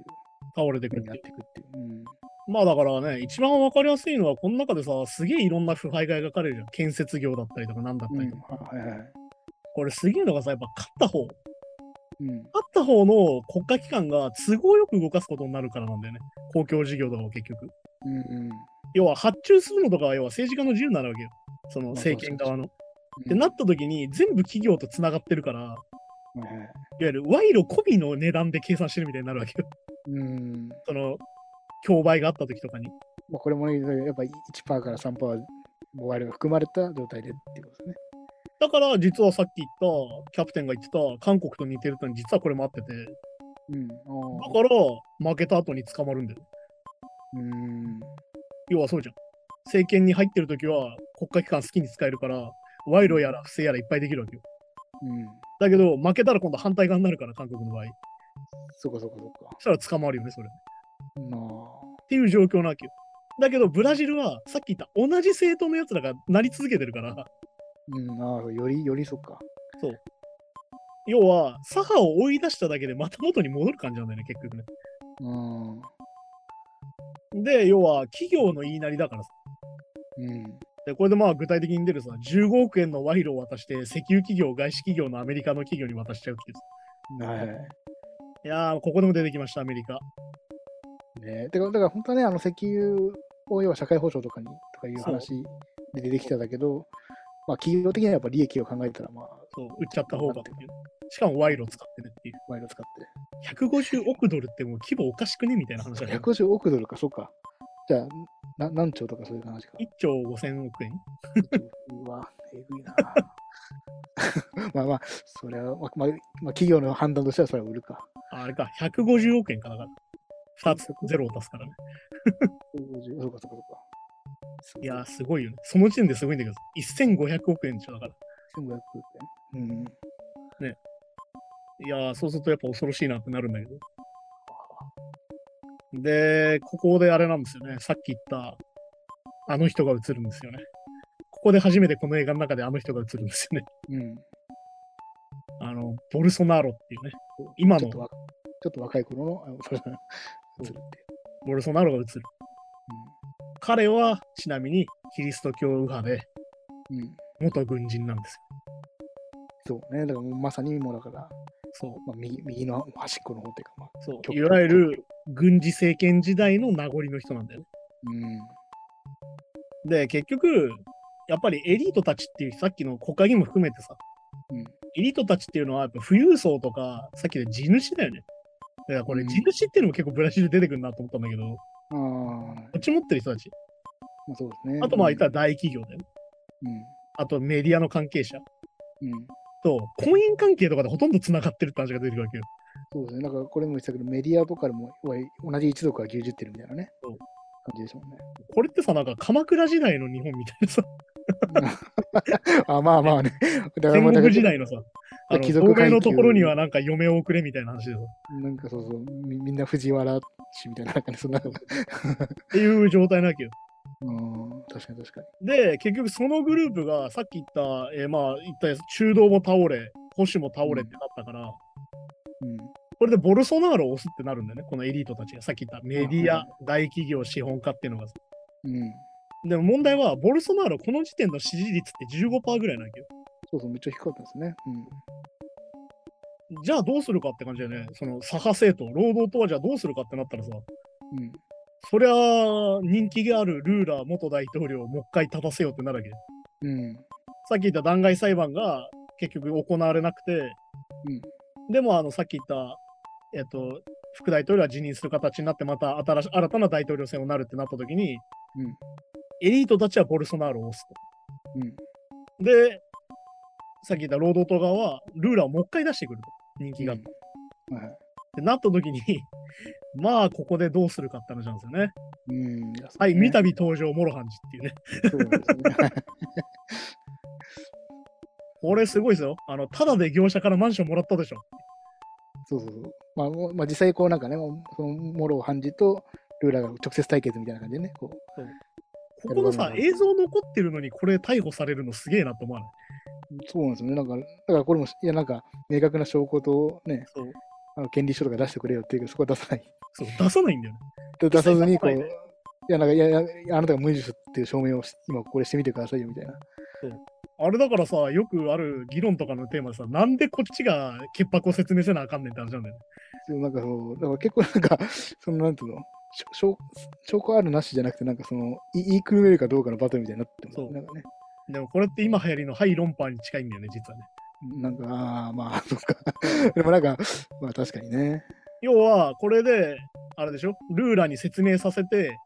A: 倒れてく
B: 風
A: るっ
B: に
A: て
B: な
A: いう
B: っていくっていう。うん、
A: まあだからね、一番わかりやすいのは、この中でさ、すげえいろんな腐敗が描かれるじゃん。建設業だったりとか、なんだった
B: う
A: り
B: ん
A: とか。
B: はいはいはい。
A: これすげえのがさ、やっぱ勝った方、勝
B: うん、
A: った方の国家機関が都合よく動かすことになるからなんだよね。公共事業とかを結局。
B: うん、うん。
A: 要は発注するのとかは、要は政治家の自由になるわけよ。その
B: まあ
A: 政権側の。っ
B: って
A: なった時に、全部企業と繋がってるから、いわ
B: はいはい、
A: ゆる賄賂込みの値段で計算してるみたいになるわけよ。
B: うん、
A: <laughs> その、競売があった時とかに。
B: まあ、これもね、やっぱ1%から3%はもうあれが含まれた状態でっていうことですね。
A: だから、実はさっき言った、キャプテンが言ってた、韓国と似てるってのは実はこれもあってて、
B: うん。
A: だ
B: ああ
A: から、負けた後に捕まるんだよ。
B: うーん。
A: 要はそうじゃん。政権に入ってる時は、国家機関好きに使えるから、賄賂やら不正やらいっぱいできるわけよ。
B: うん。
A: だけど、負けたら今度反対側になるから、韓国の場合。
B: そこそこそこ。
A: そしたら捕まるよね、それ。っ
B: な
A: ていう状況なわけよ。だけど、ブラジルは、さっき言った同じ政党のやつらがなり続けてるから、
B: あ。うん。ああ、より、よりそっか。
A: 要は、左派を追い出しただけでまた元に戻る感じなんだよね、結局ね。
B: うん。うん。
A: で、要は、企業の言いなりだからさ。で、これでまあ、具体的に出るさ、15億円の賄賂を渡して、石油企業、外資企業のアメリカの企業に渡しちゃうっていう。
B: はい。
A: いやー、ここでも出てきました、アメリカ。
B: ねてか、だから本当はね、あの石油を要は社会保障とかにとかいう話で出てきたんだけど、まあ企業的にはやっぱ利益を考えたら、まあ、
A: そう、売っちゃった方がっていう。しかも賄賂使ってねっていう。
B: 賄賂使っ
A: 150億ドルってもう規模おかしくねみたいな話だ
B: て。
A: ね。
B: 150億ドルか、そうか。じゃあ、な何兆とかそういう話か。
A: 1兆5000億円
B: うわ、えぐいな。 <laughs> まあまあ、それは、まあ、まあ、まあ企業の判断としてはそれは売るか。
A: ああれか、150億円かだから。2つ
B: 150億
A: ゼロを足すからね。
B: 150そうかそうかそうか。すご
A: いやー、すごいよね。その時点ですごいんだけど、1500億円でしょ、だから。
B: 1500円。うん。
A: いやー、そうするとやっぱ恐ろしいなってなるんだけど。で、ここであれなんですよね。さっき言った、あの人が映るんですよね。ここで初めてこの映画の中であの人が映るんですよね。
B: うん。
A: あの、ボルソナーロっていうね。今
B: ちょ
A: の
B: っとわちょっと若い頃の、あのそれが映るって。
A: ボルソナーロが映る。彼は、ちなみに、キリスト教右派で、
B: うん。うん。
A: 元軍人なんです
B: そうね。だからもうまさにもうだから、
A: よ。
B: まあ、右右の端っこの方っていうか、まあ、
A: そう。そう。
B: 極
A: いわゆる、軍事政権時代の名残の人なんだよね。
B: うん。
A: で、結局、やっぱりエリートたちっていう、さっきの国会議員も含めてさ、
B: うん
A: エリートたちっていうのは、やっぱ富裕層とか、さっきの地主だよね。だからこれ、
B: うん
A: 地主っていうのも結構ブラジル出てくるなと思ったんだけど、
B: ああ、ま
A: 土地持ってる人たち。
B: あそうですね。
A: あと、まあ、いたら大企業だよね。
B: う
A: あと、メディアの関係者
B: ん。うん。
A: と、婚姻関係とかでほとんど繋がってるって話が出てくるわけよ。
B: そうですね。なんかこれも言ってたけど、メディアとかでも要は同じ一族が牛耳ってるみたいなね。
A: そう
B: 感じですもんね。
A: これってさ、なんか鎌倉時代の日本みたいなさ、
B: あまあまあね。だ
A: <laughs>
B: <laughs>
A: 戦
B: まあ
A: 国時代のさ、あの
B: 貴族
A: 同盟の
B: 階級
A: ところにはなんか嫁を送れみたいな話でさ、っ
B: なんかそうそう、みみんな藤原氏みたいな、なんかね、そんな。 <laughs> う
A: ていう状態なわけよ。
B: ん、確かに確かに。
A: で、結局そのグループがさっき言った、えーまあ言ったやつ中道も倒れ、保守も倒れってなったから、
B: うん。
A: これでボルソナーロを押すってなるんだよね、このエリートたちが。さっき言ったメディア、大企業、資本家っていうのが。
B: うん。
A: でも問題は、ボルソナーロ、この時点の支持率って15%ぐらいなわけよ。
B: そうそう、めっちゃ低かったですね。うん。
A: じゃあどうするかって感じだよね。その左派政党、労働党はじゃあどうするかってなったらさ、
B: うん。
A: そりゃあ人気があるルーラー元大統領をもう一回立たせようってなるわけで
B: うん。
A: さっき言った弾劾裁判が結局行われなくて、
B: うん
A: でもあのさっき言った、えっと、副大統領は辞任する形になってまた新し新たな大統領選をなるってなった時に
B: うん。
A: エリートたちはボルソナーロを押す
B: うん。
A: と。でさっき言った労働党側はルーラーをもう一回出してくると人気があった、
B: うんはいはい。
A: ってなった時に <laughs> まあここでどうするかって話なんですよね。
B: うん。や
A: はい、
B: そうね
A: 三度登場モロハンジっていうね。
B: <laughs> そうですね。 <laughs>
A: これすごいですよ。あの、ただで業者からマンションもらったでしょ。
B: そうそうそう。まあ、もうまあ、実際こうなんかね、もうその、モロを判じと、ルーラーが直接対決みたいな感じでね、こう。
A: ここの
B: な、
A: さ
B: るほど
A: 映像残ってるのにこれ逮捕されるのすげえなと思わない
B: そうなんですよね。なんか、だからこれも、いや、なんか、明確な証拠とね、
A: そう
B: あの権利書とか出してくれよっていうけど、そこは出さない。
A: そう出さないんだよね。
B: で出さずに、こう、
A: 一
B: い
A: 切出さないね
B: や、なんか、いや、いやいやあなたが無実っていう証明をし今ここでしてみてくださいよみたいな。
A: あれだからさ、よくある議論とかのテーマでさ、なんでこっちが潔白を説明せなあかんねんって話なんだよね。
B: そうなんかそう、だから結構なんか、 <laughs> その、なんていうの、しょ証証拠あるなしじゃなくて、なんかその、い言いくるめるかどうかのバトルみたいになってますよ
A: そう
B: ねなんかね。
A: でもこれって今流行りのハイ論破に近いんだよね、実はね。
B: なんか、 <laughs> ああ、まあ、そうか。でもなんか、まあ確かにね。
A: 要は、これであれでしょルーラに説明させて、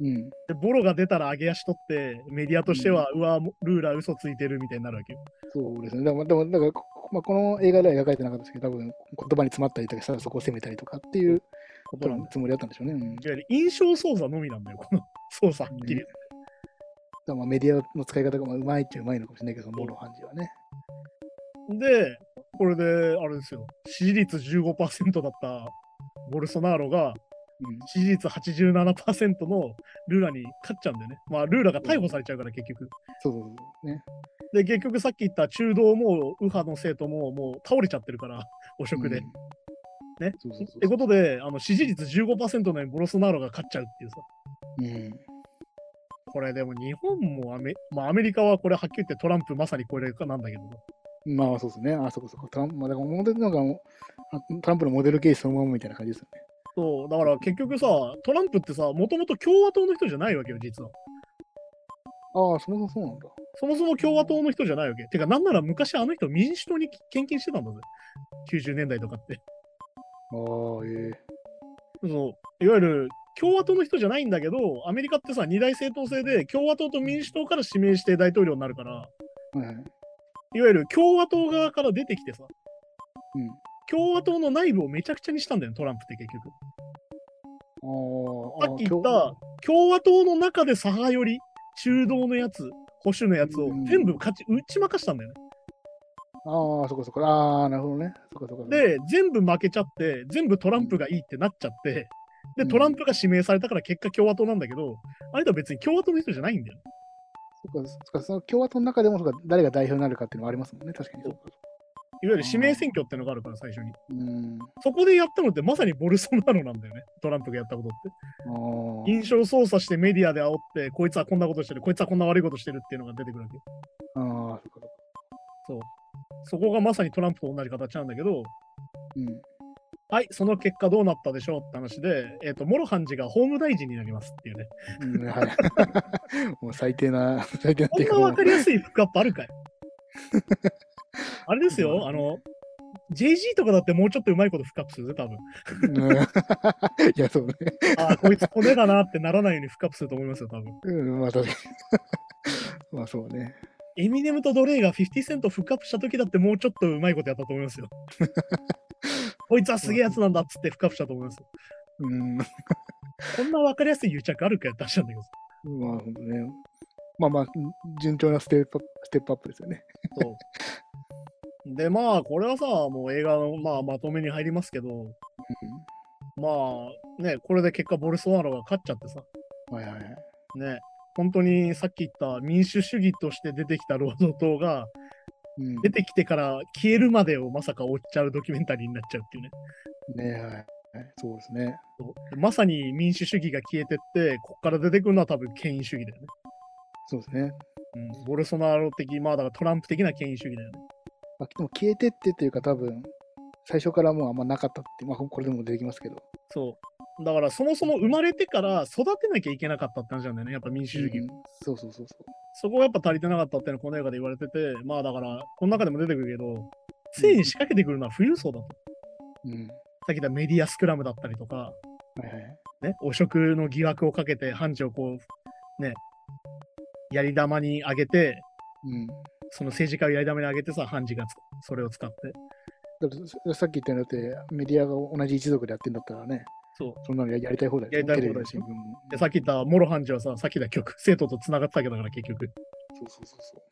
B: うん。
A: でボロが出たら上げ足取って、メディアとしては、うわ、もうルーラ嘘ついてるみたいになるわけよ。
B: そうですね。だから、だからだからこまあ、この映画では描かれてなかったですけど、多分言葉に詰まったりとかしたらそこを責めたりとかっていうことのつもりだったんでしょうね。うん、
A: いわゆる印象操作のみなんだよ、この操作はっきり言って。
B: だからまあメディアの使い方がまあうまいっちゃうまいのかもしれないけど、そのモロハンジはね。
A: で、これで、あれですよ、支持率15%だったボルソナーロが、
B: うん
A: 支持率87%のルーラに勝っちゃうんだよね。まあ、ルーラが逮捕されちゃうから、結局。
B: そうそうそうね。
A: で、結局さっき言った中道も右派の生徒ももう倒れちゃってるから、汚職で。
B: うん
A: ね。
B: そうそうそう
A: ってことで、あの支持率15%のようにボルソナーロが勝っちゃうっていうさ。
B: うん。
A: これでも日本もアメ,、まあ、アメリカはこれはっきり言ってトランプまさにこれなんだけどさ。
B: まあそうですね。あそこそこ。トランプ、まあ、だからモデルなんかもあトランプのモデルケースそのままみたいな感じですよね。
A: そう、だから結局さ、トランプってさ、もともと共和党の人じゃないわけよ、実は。
B: ああ、そもそもそうなんだ。
A: そもそも共和党の人じゃないわけ。てか、なんなら昔あの人民主党に献金してたんだぜ。90年代とかって。
B: ああ、え
A: そう、いわゆる共和党の人じゃないんだけど、アメリカってさ、二大政党制で共和党と民主党から指名して大統領になるから、
B: えはいはい。
A: いわゆる共和党側から出てきてさ、
B: うん。
A: 共和党の内部をめちゃくちゃにしたんだよね、トランプって結局。
B: ああ、
A: さっき言っ
B: あ
A: た
B: あ
A: 共和党の中で左派寄り、中道のやつ、保守のやつを
B: うん
A: 全部勝ち打ち負かしたんだよね。
B: 今日、ああそこそこ。ああ、なるほどね。そこそこ。、
A: で、全部負けちゃって、全部トランプがいいってなっちゃって、で、トランプが指名されたから結果共和党なんだけど、あれとは別に共和党の人じゃないんだよ。
B: そっか、そっか、その共和党の中でも、そっか、誰が代表になるかっていうのはありますもんね、確かに。
A: そ
B: そううか
A: いわゆる指名選挙ってのがあるから、最初に。
B: うん。
A: そこでやったのってまさにボルソナロなんだよね、トランプがやったことって。
B: あ
A: 印象操作してメディアで煽って、こいつはこんなことしてる、こいつはこんな悪いことしてるっていうのが出てくるわけ。
B: あ、ああ、そっかそっか。
A: そう。そこがまさにトランプと同じ形なんだけど、
B: うん。
A: はい、その結果どうなったでしょうって話で、えっ、と、モロハンジが法務大臣になりますっていうね。 <laughs>
B: うん、はい。 <laughs> もう最低な、最低なっ
A: こ
B: て
A: ん
B: いう
A: な
B: か、も
A: わ
B: う
A: かりやすいフックアップあるかいあれです
B: ま
A: よ、
B: あ
A: あの、JG とかだってもうちょっとうまいことフックアップするぜ、多分。
B: うん、い <laughs> や、そうね。
A: ああ、こいつ骨だなってならないようにフックアップすると思いますよ、多分。
B: うん、まあ、確かに。まあ、そうね。
A: エミネムとドレイが50セントフックアップした時だってもうちょっとうまいことやったと思いま
B: <laughs>
A: すよ。こいつはすげえやつなんだっつってフックアップしたと思いますよ。
B: うん。まあ、
A: こんなわかりやすい癒着あるかやったしたんだけど。
B: ほんとね。まあまあ、順調なステップアップステップアップですよね。
A: そう。で、まあ、これはさ、もう映画の、まあ、まとめに入りますけど、まあ、ね、これで結果、ボルソナロが勝っちゃってさ、
B: うん、はいはいはい。
A: ね、本当にさっき言った民主主義として出てきた労働党が、
B: うん、
A: 出てきてから消えるまでをまさか追っちゃうドキュメンタリーになっちゃうっていうね。
B: ねはいはい。そうですね。
A: そうまさに民主主義が消えてって、こっから出てくるのは多分権威主義だよね。
B: そうですね。
A: うん、ボルソナロ的、まあだからトランプ的な権威主義だよね。
B: まあ、でも消えてってっていうか、多分最初からもうあんまなかったって、まあ、これでも出てきますけど。
A: そう。だからそもそも生まれてから育てなきゃいけなかったって話なんだよね、やっぱ民主主義を
B: うんそうそうそうそ
A: そこがやっぱ足りてなかったっていうのはこの映画で言われてて、まあだから、この中でも出てくるけど、ついに仕掛けてくるのは富裕層だと。
B: う。うん。は
A: さっき言ったメディアスクラムだったりとか、
B: いはい。
A: ね、汚職の疑惑をかけて、判事をこう、ね、やり玉に上げて、
B: うん。
A: その政治家をやり玉に上げてさ、判事がつそれを使って。
B: だってささっき言ったようにだってメディアが同じ一族でやってんだったらね、
A: そう。
B: そんなのややりたい放題ですね
A: やりたい
B: テレビも
A: 放題です
B: 新
A: よ
B: 聞も。
A: で、さっき言ったモロ判事はさ、さっき言った曲、生徒と繋がってたわけだから結局。
B: そうそうそうそ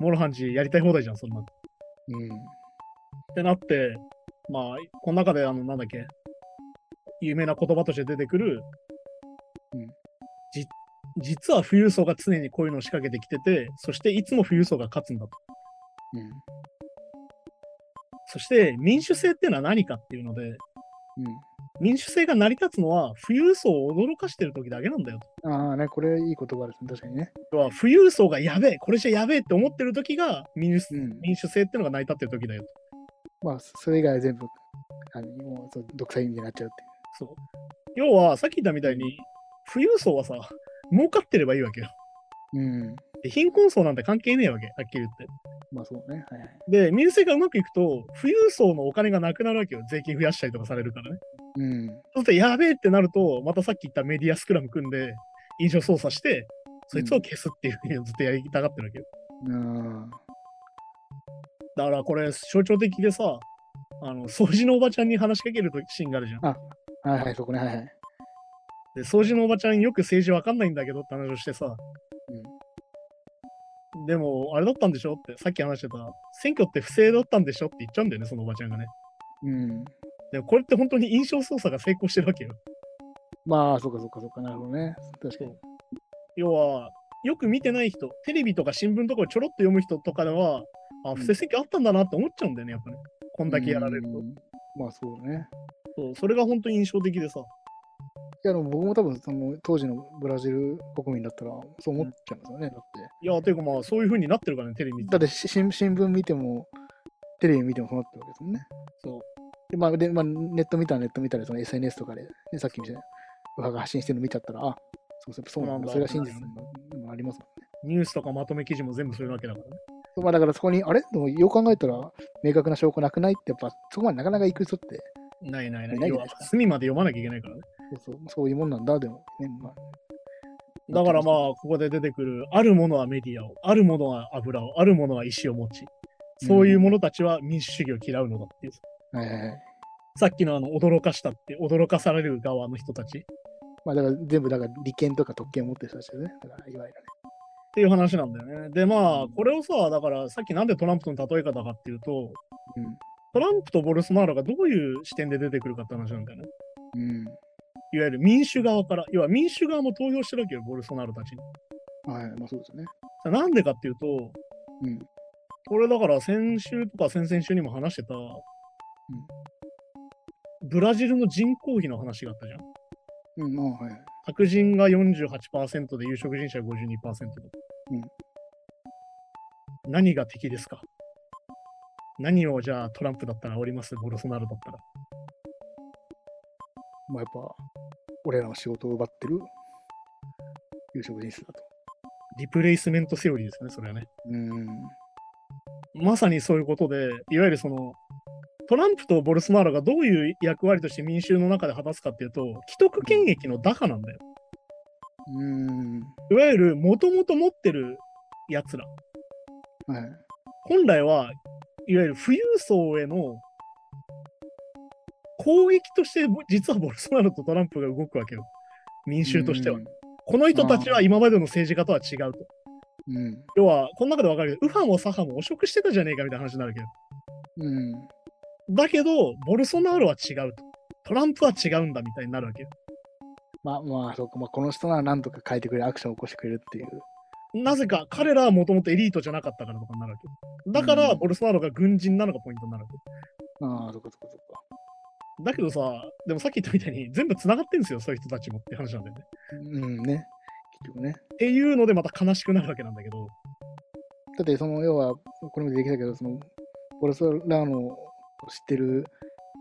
A: モロ判事やりたい放題じゃん、そんな。っ
B: う。うん。
A: てなって、まあ、この中で、あの、なんだっけ、有名な言葉として出てくる、
B: うん
A: じ実は富裕層が常にこういうのを仕掛けてきてて、そしていつも富裕層が勝つんだと。そして民主制っていうのは何かっていうので、
B: うん。
A: 民主制が成り立つのは富裕層を驚かしてる時だけなんだよと。
B: うん。ああ、ね、これいい言葉ですね、確かにね。
A: 要は富裕層がやべえ、これじゃやべえって思ってる時が民主,、
B: うん
A: 民主制っていうのが成り立ってる時だよと。
B: まあ、そそれ以外は全部、あのもうそう独裁みたいになっちゃうってい
A: そう要はさっき言ったみたいに、富裕層はさ、儲かってればいいわけよ。
B: う。うん。
A: で貧困層なんて関係ねえわけ、はっきり言って。
B: まあそうね。はいはい。
A: で、民生がうまくいくと、富裕層のお金がなくなるわけよ。税金増やしたりとかされるからね。
B: うん。
A: そうすると、やべえってなると、またさっき言ったメディアスクラム組んで、印象操作して、そいつを消すっていうのをずっとやりたがってるわけよ。
B: あ
A: だからこれ、象徴的でさ、あの、掃除のおばちゃんに話しかけるシーンがあるじゃん。
B: あ。はいはい、そこね。はいはい。
A: で、掃除のおばちゃんよく政治わかんないんだけどって話をしてさ、でも、あれだったんでしょって、さっき話してた、選挙って不正だったんでしょって言っちゃうんだよね、そのおばちゃんがね。
B: うん。
A: でもこれって本当に印象操作が成功してるわけよ。
B: まあ、そうかそうかそうか。なるほどね。確かに。
A: 要は、よく見てない人、テレビとか新聞とかをちょろっと読む人とかでは、あ、不正選挙あったんだなって思っちゃうんだよね、やっぱね。こんだけやられる
B: う
A: と。
B: んまあ、そうね。
A: そうそれが本当に印象的でさ。
B: いや、でも僕も多分、その、当時のブラジル国民だったら、そう思っちゃいますよね。だって。
A: いや、というかまあ、そういう風になってるからね、テレビ見
B: だ
A: て
B: ってし新新聞見ても、テレビ見てもそうなってるわけですもんね。
A: そう
B: で、まあ、でまあ、ネット見たらネット見たら、その SNS とかで、ね、さっきみたいな、右派が発信してるの見ちゃったら、あそうそうそうなんだ、そ
A: そう
B: れ
A: な
B: が
A: んだ
B: 真実なんだでもありますもんね。
A: ニュースとかまとめ記事も全部そういうわけだからね。
B: まあ、だからそこに、あれでも、よく考えたら、明確な証拠なくないって、やっぱ、そこまでなかなか行く人って、
A: ないないない。
B: ないじ
A: 要
B: ゃな
A: は
B: で
A: い
B: すか
A: 隅まで読まなきゃいけないからね。
B: そうそうそういうもんなんだ、でも、ね、まあ。
A: だからまあ
B: あ、、
A: ここで出てくる、あるものはメディアを、あるものは油を、あるものは石を持ち、そういう者たちは民主主義を嫌うのだっていう。
B: はいはいはい。
A: さっきのあの、驚かしたって、驚かされる側の人たちっ
B: まあ、だから、全部、だから、利権とか特権を持ってる人たちですよね。だから、いわゆるね。
A: ていう話なんだよね。でまあ、これをさ、だからさっきなんでトランプの例え方かっていうと、トランプとボルソナロがどういう視点で出てくるかって話なんだよね。
B: うん。うん。
A: いわゆる民主側から、要は民主側も投票してるわけよ、ボルソナロたちに。
B: はい、まあ、そうですよね。
A: なんでかっていうと、
B: うん。
A: これだから先週とか先々週にも話してた、ブラジルの人口比の話があったじゃん。
B: うん、まあ、はいはい。
A: 白人が48%で有色人種が52%だ。
B: うん
A: 何が敵ですか何をじゃあトランプだったら煽りますボルソナロだったら。
B: まあ、やっぱ、俺らの仕事を奪ってる有色人種だと。
A: リプレイスメントセオリーですよね、それはね。
B: うん。
A: まさにそういうことで、いわゆるその、トランプとボルソナロがどういう役割として民衆の中で果たすかっていうと、既得権益の打破なんだよ。
B: うん。
A: いわゆる、もともと持ってるやつら。
B: はい。
A: 本来は、いわゆる富裕層への攻撃として、実はボルソナロとトランプが動くわけよ。民衆としては。この人たちは今までの政治家とは違うと。
B: うん。うん。
A: 要は、この中でわかるけど、右派も左派も汚職してたじゃねえかみたいな話になるけど。
B: うん。
A: だけど、ボルソナロは違うと。トランプは違うんだみたいになるわけよ。
B: まあまあ、そうか。まあ、この人ならなんとか変えてくれ、アクションを起こしてくれるっていう。
A: なぜか彼らはもともとエリートじゃなかったからとかになるわけよ。だか
B: う
A: ら、
B: ん
A: ボルソナロが軍人なのがポイントになるわけよ。
B: ああ、そっかそっかそっか。
A: だけどさ、でもさっき言ったみたいに全部繋がってんですよ、そういう人たちもって話なんだよね。
B: うんね。結局ね。
A: っていうのでまた悲しくなるわけなんだけど、
B: だって、その、要は、これも出てきたけど、その、ボルソナロの知ってる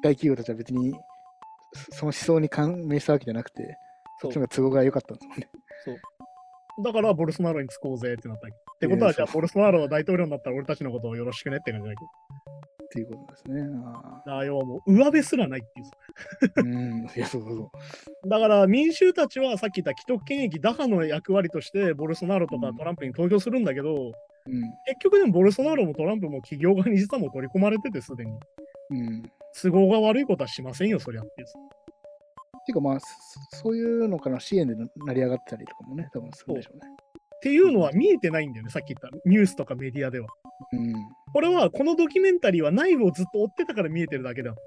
B: 大企業たちは別に、その思想に感銘したわけじゃなくて、
A: そ
B: そうっちの方が都合が良かったんですもんね。
A: だからボルソナロにつこうぜってなったわけ。ってことは、
B: ええ
A: じゃあ
B: そう
A: ボルソナロは大統領になったら俺たちのことをよろしくねって感じだけど、
B: っていうことですね。ああ
A: だから要はもう上辺すらないっていう。
B: うん。いや、そうそうそう。
A: だから民衆たちはさっき言った既得権益打破の役割としてボルソナロとかトランプに投票するんだけど、
B: うん。
A: 結局でもボルソナロもトランプも企業側に実はもう取り込まれててすでに
B: うん。て
A: 都合が悪いことはしませんよそりゃっていう
B: いうかまあ、そそういうのからの支援で成り上がってたりとかもね、多分するんでしょうね。
A: っていうのは見えてないんだよねさっき言ったニュースとかメディアではこれはこのドキュメンタリーは内部をずっと追ってたから見えてるだけであって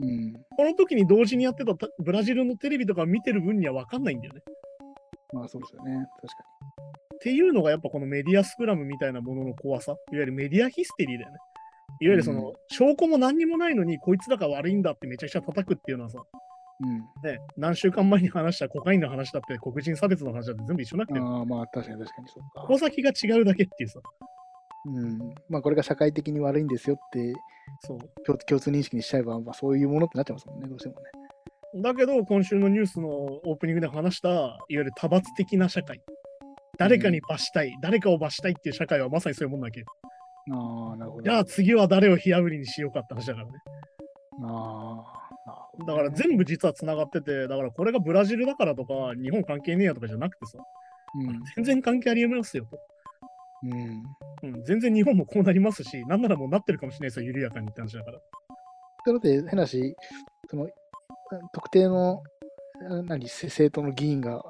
B: うん。うん。
A: この時に同時にやってたたブラジルのテレビとか見てる分には分かんないんだよね
B: まあそうですよね。確か
A: っていうのがやっぱこのメディアスクラムみたいなものの怖さ、いわゆるメディアヒステリーだよね。いわゆるその、
B: うん
A: 証拠も何にもないのに、こいつだから悪いんだってめちゃくちゃ叩くっていうのはさ、ね、何週間前に話したコカインの話だって黒人差別の話だって全部一緒になって
B: に。う
A: る。
B: ん。ああ、まあ確かに確かにそうか。
A: 矛先が違うだけっていうさ、
B: うん。まあこれが社会的に悪いんですよって
A: そう。
B: 共共通認識にしちゃえば、まあそういうものってなっちゃいますもんね、どうしてもね。
A: だけど、今週のニュースのオープニングで話した、いわゆる多罰的な社会。誰かに罰したい、誰かを罰したいっていう社会はまさにそういうもんだっけ。
B: ああ、なるほど。
A: じゃあ次は誰を火あぶりにしようかって話だからね。
B: ああ、なるほ
A: だから全部実はつながってて、だからこれがブラジルだからとか、日本関係ねえやとかじゃなくてさ、全然関係ありますよと。
B: うん。うん。
A: うん、全然日本もこうなりますし、なんならもうなってるかもしれないですよ、緩やかにって話だから。
B: だって変なし、その特定のあ何せ政党の議員が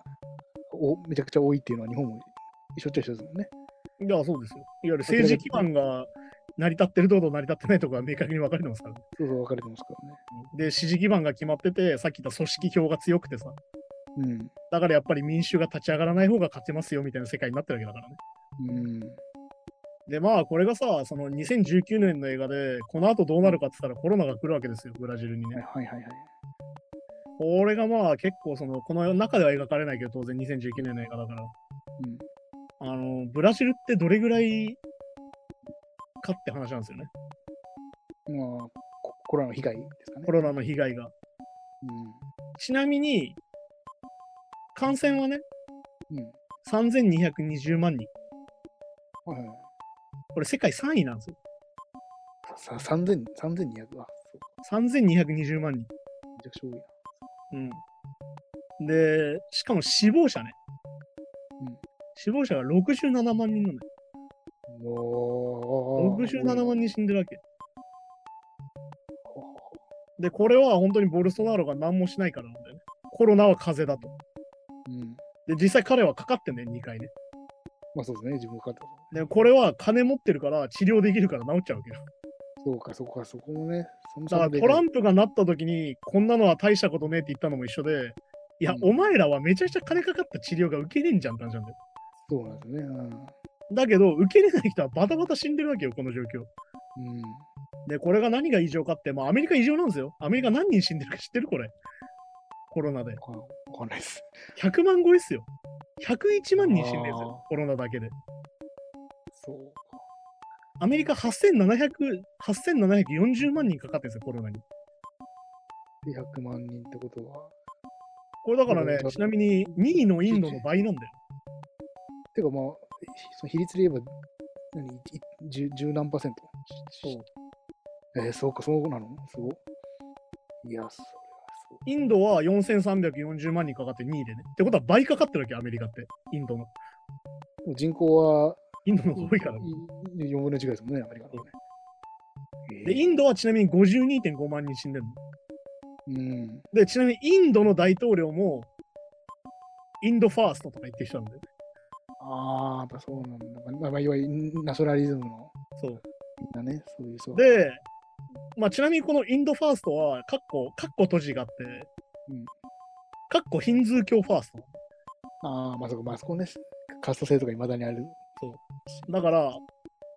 B: おめちゃくちゃ多いっていうのは日本も一緒っちゃ一緒ですもんね。
A: いや、そうですよ。いわゆる政治基盤が成り立ってるところと成り立ってないところが明確に分かれてますから、ね。
B: そうそう分かれてますから
A: で、支持基盤が決まってて、さっき言った組織票が強くてさ、
B: ね。
A: だからやっぱり民衆が立ち上がらない方が勝てますよみたいな世界になってるわけだからね。
B: うん。
A: で、まあ、これがさ、その2019年の映画で、この後どうなるかって言ったらコロナが来るわけですよ、ブラジルに
B: うん。はい
A: ね。
B: はいはいはい。
A: これがまあ、結構その、この中では描かれないけど、当然2019年の映画だから。
B: うん。
A: あの、ブラジルってどれぐらいかって話なんですよね。
B: まあ、ココロナの被害ですかね
A: コ。ロナの被害が。ちなみに、感染はね、
B: うん。うん。
A: 3220万人。
B: はいはい。
A: これ世界3位なんですよ。
B: さ3000 3200は、そう
A: 3220万人。
B: めちゃくちゃ多いな。
A: うん。で、しかも死亡者ね。
B: うん
A: 死亡者が67万人なのよ。
B: おー
A: 67万人死んでるわけ。で、これは本当にボルソナロが何もしないからなんだよね。コロナは風邪だと。
B: うん。
A: で、実際彼はかかってんだよ、2回ね。
B: まあそうですね、自分がかかったこ
A: で、これは金持ってるから治療できるから治っちゃうわけよ。
B: とそうか、そこか、そこもね、そも
A: だからトランプがなった時に、こんなのは大したことねえって言ったのも一緒で、いや、
B: うん
A: お前らはめちゃくちゃ金かかった治療が受けれんじゃんって話なんだよ。
B: そうなんですよね。
A: だけど、受けれない人はバタバタ死んでるわけよ、この状況。
B: うん。うん
A: で、これが何が異常かって、まあ、アメリカ異常なんですよ。アメリカ何人死んでるか知ってるこれ。コロナで。
B: わかんわかんないです。
A: 100万超えっすよ。101万人死んでるんですよ
B: あ、
A: コロナだけで。
B: そうか。
A: アメリカ8700、8740万人かかってるんですよ、コロナに。
B: で、100万人ってことは。
A: これだからね
B: うん、
A: ちなみに2位のインドの倍なんだよ。
B: てかまあ、ひその比率で言えば、何、いい十十何パーセント
A: そう
B: えー、そうか、そうなのすごい。いや、それはそう。
A: インドは4340万人かかって2位でね。ってことは倍かかってるわけ、アメリカって。インドの。
B: でも人口は
A: インドの方が多いから、ね。
B: 4分の1ぐらいですもんね、アメリカのね。
A: で、インドはちなみに52.5万人死んでるの。
B: うん。
A: で、ちなみにインドの大統領も、インドファーストとか言ってきたんで。
B: ああ、やっぱそうなんだ。まあ、まあ、いわゆるナショナリズムの
A: そう。
B: みんなね、そういうそう。
A: で、まあ、ちなみにこのインドファーストは、カッコ、カッコ閉じがあって
B: うん、
A: カッコヒンズー教ファースト。
B: ああ、まあそこ、まあそこね、カスト制とかいまだにある。
A: だから、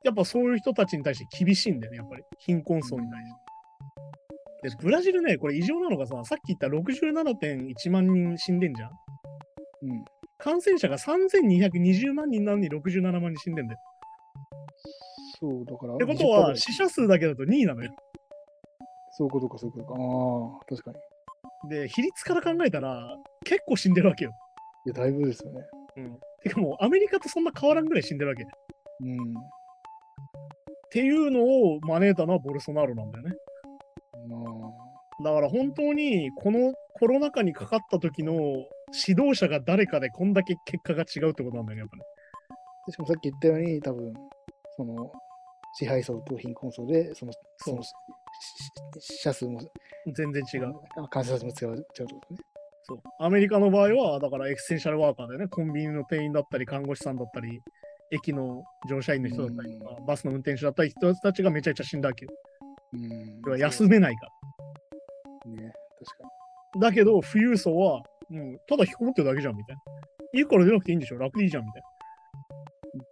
A: やっぱそういう人たちに対して厳しいんだよね、やっぱり。貧困層に対して。で、ブラジルね、これ異常なのがさ、さっき言った67.1万人死んでんじゃん。
B: うん。
A: 感染者が3220万人なのに67万人死んでんだよ。
B: そう、だから。
A: ってことは、
B: 10%
A: 死者数だけだと2位なのよ。
B: そういうことか、そういうことか。ああ、確かに。
A: で、比率から考えたら、結構死んでるわけよ。
B: いや、だいぶですよね。
A: うん。てかもう、アメリカとそんな変わらんぐらい死んでるわけ。
B: うん。
A: っていうのを招いたのはボルソナロなんだよね。
B: ま
A: だから本当にこのコロナ禍にかかった時の指導者が誰かでこんだけ結果が違うってことなんだよね、やっぱね。
B: あ、しかもさっき言ったように、多分、その、支配層と貧困層で、その、その、しし死者数も、
A: 全然違う。
B: あ感染者数も違う、違うってことね。
A: そう。アメリカの場合は、だからエクセンシャルワーカーだよね。コンビニの店員だったり、看護師さんだったり、駅の乗車員の人だったりとか、バスの運転手だったり、人たちがめちゃくちゃ死んだわけよ。
B: うん。
A: 要は休めないから。
B: ね、確かに。
A: だけど、富裕層は、もうただ引きこもってるだけじゃん、みたいな。家から出なくていいんでしょ楽でいいじゃん、みたい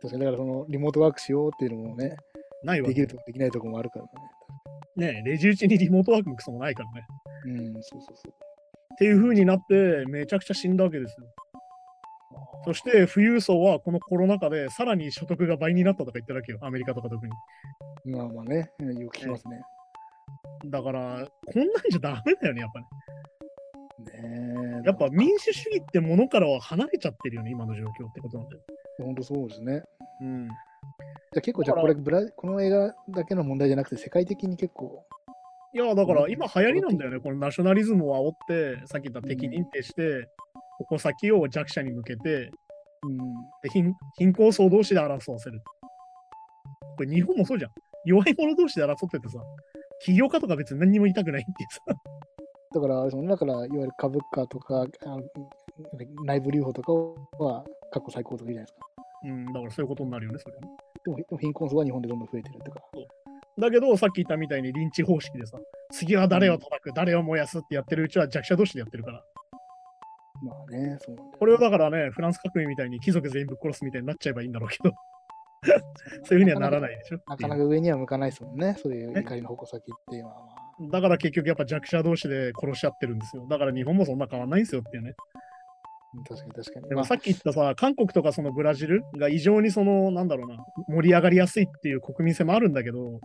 B: 確かに、だからその、リモートワークしようっていうのもね、
A: な。ないわ
B: でき
A: け
B: るとこできないとこもあるからね。
A: ねえレジ打ちにリモートワークもクソもないからね。
B: うん、そうそうそう。
A: っていう風になって、めちゃくちゃ死んだわけですよ。そして、富裕層はこのコロナ禍でさらに所得が倍になったとか言ってるわけよ、アメリカとか特に。
B: まあまあね、うんよく聞きますね。
A: だから、こんなんじゃダメだよね、やっぱね。
B: ねえ
A: やっぱ民主主義ってものからは離れちゃってるよね、今の状況ってことなんだよ。
B: 本当そうですね。
A: うん。
B: じゃあ結構、じゃあこれブラ、この映画だけの問題じゃなくて、世界的に結構、
A: いや、だから今流行りなんだよね。このナショナリズムを煽って、さっき言った敵認定して、ここ先を弱者に向けて、
B: うん。
A: で貧貧困層同士で争わせる。これ日本もそうじゃん。弱い者同士で争っててさ、起業家とか別に何にも言いたくないっていうさ。
B: だから、あれですもんねだから、いわゆる株価とか、あの内部留保とかは過去最高とかいいじゃないですか。
A: うん、だからそういうことになるよね、それはね。
B: でもでも貧困層は日本でどんどん増えてるとか。
A: だけど、さっき言ったみたいに臨地方式でさ、次は誰を叩く、誰を燃やすってやってるうちは弱者同士でやってるから。
B: まあね、そうなんだよ
A: これをだからね、フランス革命みたいに貴族全員ぶっ殺すみたいになっちゃえばいいんだろうけ
B: <laughs>
A: ど、そういうふうにはならないでしょ。
B: なかなか上には向かないですもんね、そういう怒りの矛先っていうのは、まあ。
A: だから結局やっぱ弱者同士で殺し合ってるんですよ。だから日本もそんな変わんないんですよっていうね。
B: うん確かに確かに。ま
A: でも
B: あ
A: さっき言ったさ、韓国とかそのブラジルが異常にその、なんだろうな、盛り上がりやすいっていう国民性もあるんだけど、
B: うん、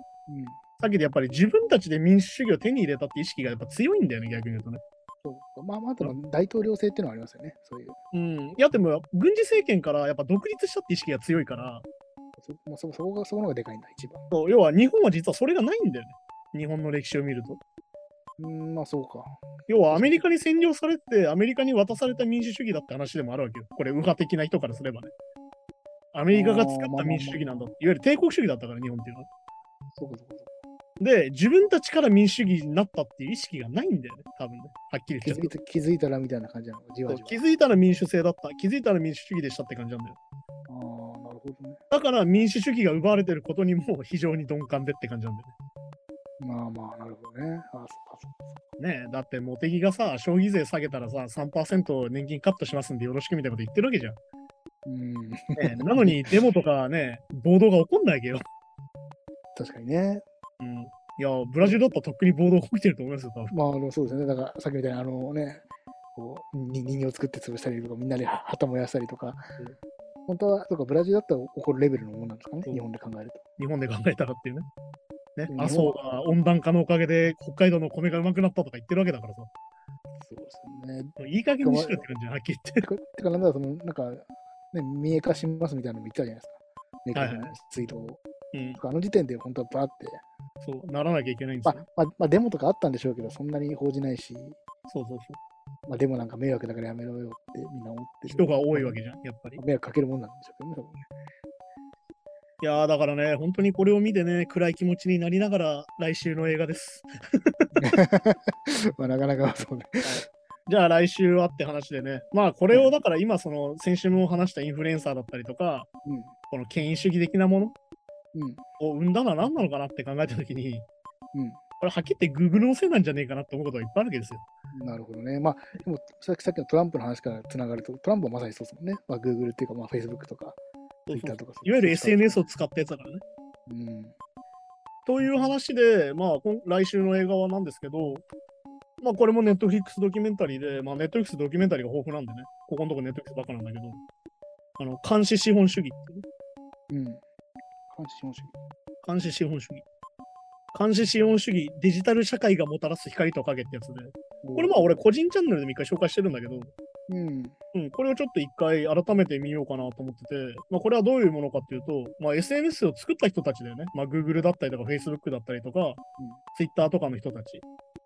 A: さっきでやっぱり自分たちで民主主義を手に入れたって意識がやっぱ強いんだよね、逆に言うとね。
B: そうまあ、まあ、あとは大統領制っていうのはありますよね、そういう。
A: うん。いや、でも軍事政権からやっぱ独立したって意識が強いから、
B: そもうそそこが、そこの方がでかいんだ、一番。
A: そう要は日本は実はそれがないんだよね。日本の歴史を見ると。
B: うん、まあそうか。
A: 要はアメリカに占領されて、アメリカに渡された民主主義だって話でもあるわけよ。これ、右派的な人からすればね。アメリカが作った民主主義なんだ。いわゆる帝国主義だったから、日本っていうのは。
B: そうかそうかそうか。
A: で、自分たちから民主主義になったっていう意識がないんだよね、多分ね。はっきり
B: 気
A: 言っちゃ
B: づいた気づいたらみたいな感じなのか、じわ
A: う
B: じ
A: と。
B: わ。
A: 気づいたら民主制だった。気づいたら民主主義でしたって感じなんだよ。
B: ああ、なるほどね。
A: だから民主主義が奪われてることにも非常に鈍感でって感じなんだよ
B: まあまあ、なるほどね。ああ、そっかそっか。
A: ね。ねえ、だって茂木がさ、消費税下げたらさ、3%年金カットしますんでよろしくみたいなこと言ってるわけじゃん。
B: うん、
A: ねなのに、デモとかね、暴動が起こんないわけよ。
B: 確かにね。
A: うん、いや、ブラジルだったらとっくに暴動が起きてると思いますよ、多分。
B: まあ、あのそうですね。だから、さっきみたいに、あのね、こう、に人形作って潰したりとか、みんなで旗燃やしたりとか、
A: ん
B: 本当は、そうか、ブラジルだったら起こるレベルのものなんですかね、
A: うん
B: 日本で考えると。
A: 日本で考えたらっていうね。ね
B: う、ん
A: 麻生が温暖化のおかげで北海道の米がうまくなったとか言ってるわけだからさ。
B: そうですよね。
A: いい加減にしろって感じはっきり言って。 <laughs>
B: てか、てかなんだろうその、なんか、ね、民営化しますみたいなのも言ったじゃないですか。明
A: はいは
B: 確
A: い
B: な水道を。
A: うん
B: と、かあの時点で本当はバーって、
A: そう、ならなきゃいけないんで
B: ますあ
A: よ。
B: まあまあ、デモとかあったんでしょうけど、そんなに報じないし、
A: そうそうそう。
B: まあ、デモなんか迷惑だからやめろよってみんな思ってる。
A: 人が多いわけじゃん、やっぱり。
B: 迷惑かけるもんなんでしょうけどね多分ね。 <laughs>
A: いやーだからね、本当にこれを見てね、暗い気持ちになりながら来週の映画です。 <laughs>
B: まあ、なかなかそうね。
A: じゃあ来週はって話でね、まあこれをだから今、その先週も話したインフルエンサーだったりとか、この権威主義的なもの
B: うん。うん。
A: を生んだのは何なのかなって考えたときに、
B: う
A: これはっきり言って Google のせいなんじゃねえかなって思うことがいっぱいあるわけですよ。
B: ん。なるほどね。まあ、でもさっきさっきのトランプの話からつながると、トランプはまさにそうですもんね。まあ、Google っていうか、まあ、Facebook とか、Twitter とか。
A: いわゆる SNS
B: を。
A: を使ったやつだからね。
B: うん。
A: という話で、まあ、今来週の映画はなんですけど、まあ、これも Netflix ドキュメンタリーで、まあ、Netflix ドキュメンタリーが豊富なんでね、ここのとこ Netflix ばっかなんだけど、あの、監視資本主義っていうね、
B: うん。監視資本主義。
A: 監視資本主義。監視資本主義、デジタル社会がもたらす光と影ってやつで、これまあ俺個人チャンネルでも一回紹介してるんだけど、
B: うん。
A: うん、これをちょっと一回改めて見ようかなと思ってて、まあ、これはどういうものかっていうと、まあ、SNS を作った人たちだよね。まあ、Google だったりとか Facebook だったりとか、Twitter とかの人たち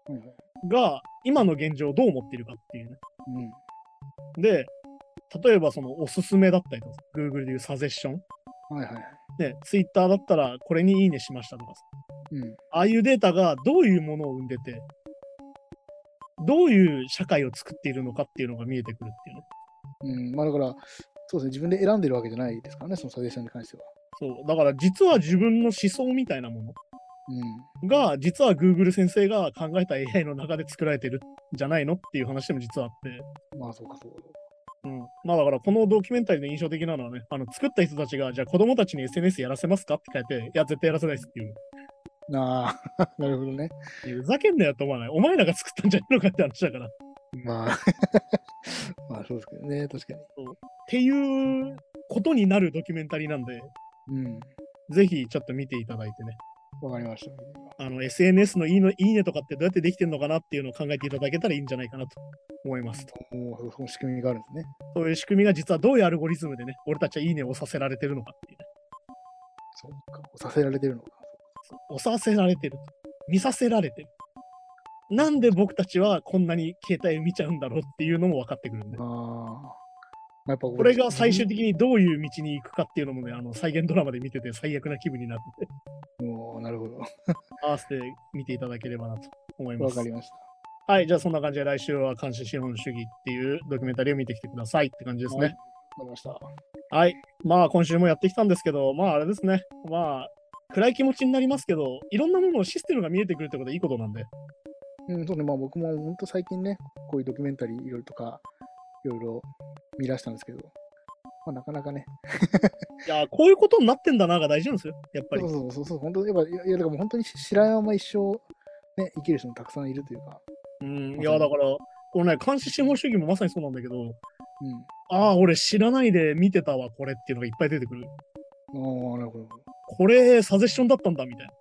B: はいはい。
A: が今の現状をどう思っているかっていうね。
B: うん。
A: で、例えばそのおすすめだったりとか、Google でいうサジェッション。
B: はいはいはい。
A: で、Twitter だったらこれにいいねしましたとかさ、
B: うん。
A: ああいうデータがどういうものを生んでて、どういう社会を作っているのかっていうのが見えてくるっていうね。
B: うん、まあだから、そうですね、自分で選んでるわけじゃないですからね、そのサジェションに関しては。
A: そう。だから実は自分の思想みたいなもの。
B: う
A: が、実は Google 先生が考えた AI の中で作られてるんじゃないのっていう話でも実はあって、
B: ん、まあそうかそうか。
A: うん、まあだからこのドキュメンタリーで印象的なのはね、あの作った人たちが、じゃあ子供たちに SNS やらせますかって書いて、いや、絶対やらせないですっていう。
B: なあ、 <laughs> なるほどね。
A: ふざけんなよと思わない。お前らが作ったんじゃねえのかって話だから。っ
B: まあ、 <laughs> まあそうですけどね、確か
A: ていうことになるドキュメンタリーなんで、
B: に。うん、
A: ぜひちょっと見ていただいてね、
B: わかりました。
A: あの SNS のいいのいいねとかってどうやってできてるのかなっていうのを考えていただけたらいいんじゃないかなと思いますと。
B: もう、その仕組みがあるんですね。
A: そういう仕組みが実はどういうアルゴリズムでね、俺たちはいいねをさせられてるのかっていうね。
B: そうか、させられてるのか。
A: 押させられてると。見させられてる。なんで僕たちはこんなに携帯見ちゃうんだろうっていうのも分かってくるんで
B: あー、。まあ、やっぱ
A: これが最終的にどういう道に行くかっていうのもね、あの再現ドラマで見てて最悪な気分になって、
B: もうなるほど。
A: 合わせて見ていただければなと思いま
B: わ
A: す
B: か。りました。
A: はい、じゃあそんな感じで来週は監視資本主義っていうドキュメンタリーを見てきてくださいって感じです
B: はいわ
A: ね。
B: かりました。
A: はい、まあ今週もやってきたんですけど、まああれですね、まあ暗い気持ちになりますけど、いろんなもののシステムが見えてくるってことはいいことなんで、
B: うん、そうね、まあ僕も本当最近ね、こういうドキュメンタリーいろいろとか、いろいろ見出したんですけど、まあなかなかね、
A: いやー、こういうことになってんだなが大事なんですよ、やっぱり
B: そう。そうそうそう、本当、やっぱ、いや、いやだからもう本当に知らないまま一生、ね、生きる人もたくさんいるというか、
A: うん、いやーだから、このね、監視資本主義もまさにそうなんだけど、
B: うん。
A: ああ、俺知らないで見てたわ、これっていうのがいっぱい出てくる。
B: ああ、なるほど。
A: これ、サジェッションだったんだみたいな。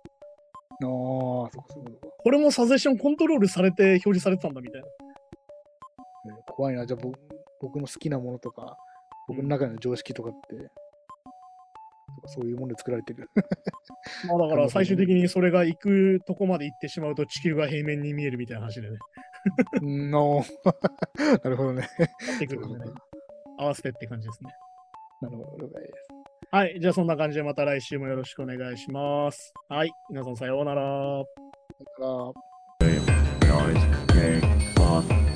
B: ああ、そうかそうかそうか。
A: これもサジェッションコントロールされて表示されてたんだみたいな。
B: えー怖いな、じゃあ僕僕の好きなものとか、僕の中の常識とかって、そうかそういうもので作られてる。 <laughs>
A: まあだから最終的にそれが行くとこまで行ってしまうと地球が平面に見えるみたいな話でね、
B: うんの <laughs> なるほどね。 <laughs>
A: やってくるんでね、合わせてって感じですね。
B: なるほど、了 <laughs> 解です。
A: はい、じゃあそんな感じでまた来週もよろしくお願いします。はい、皆さんさようなら。
B: だから、
C: guys, gay, fuck.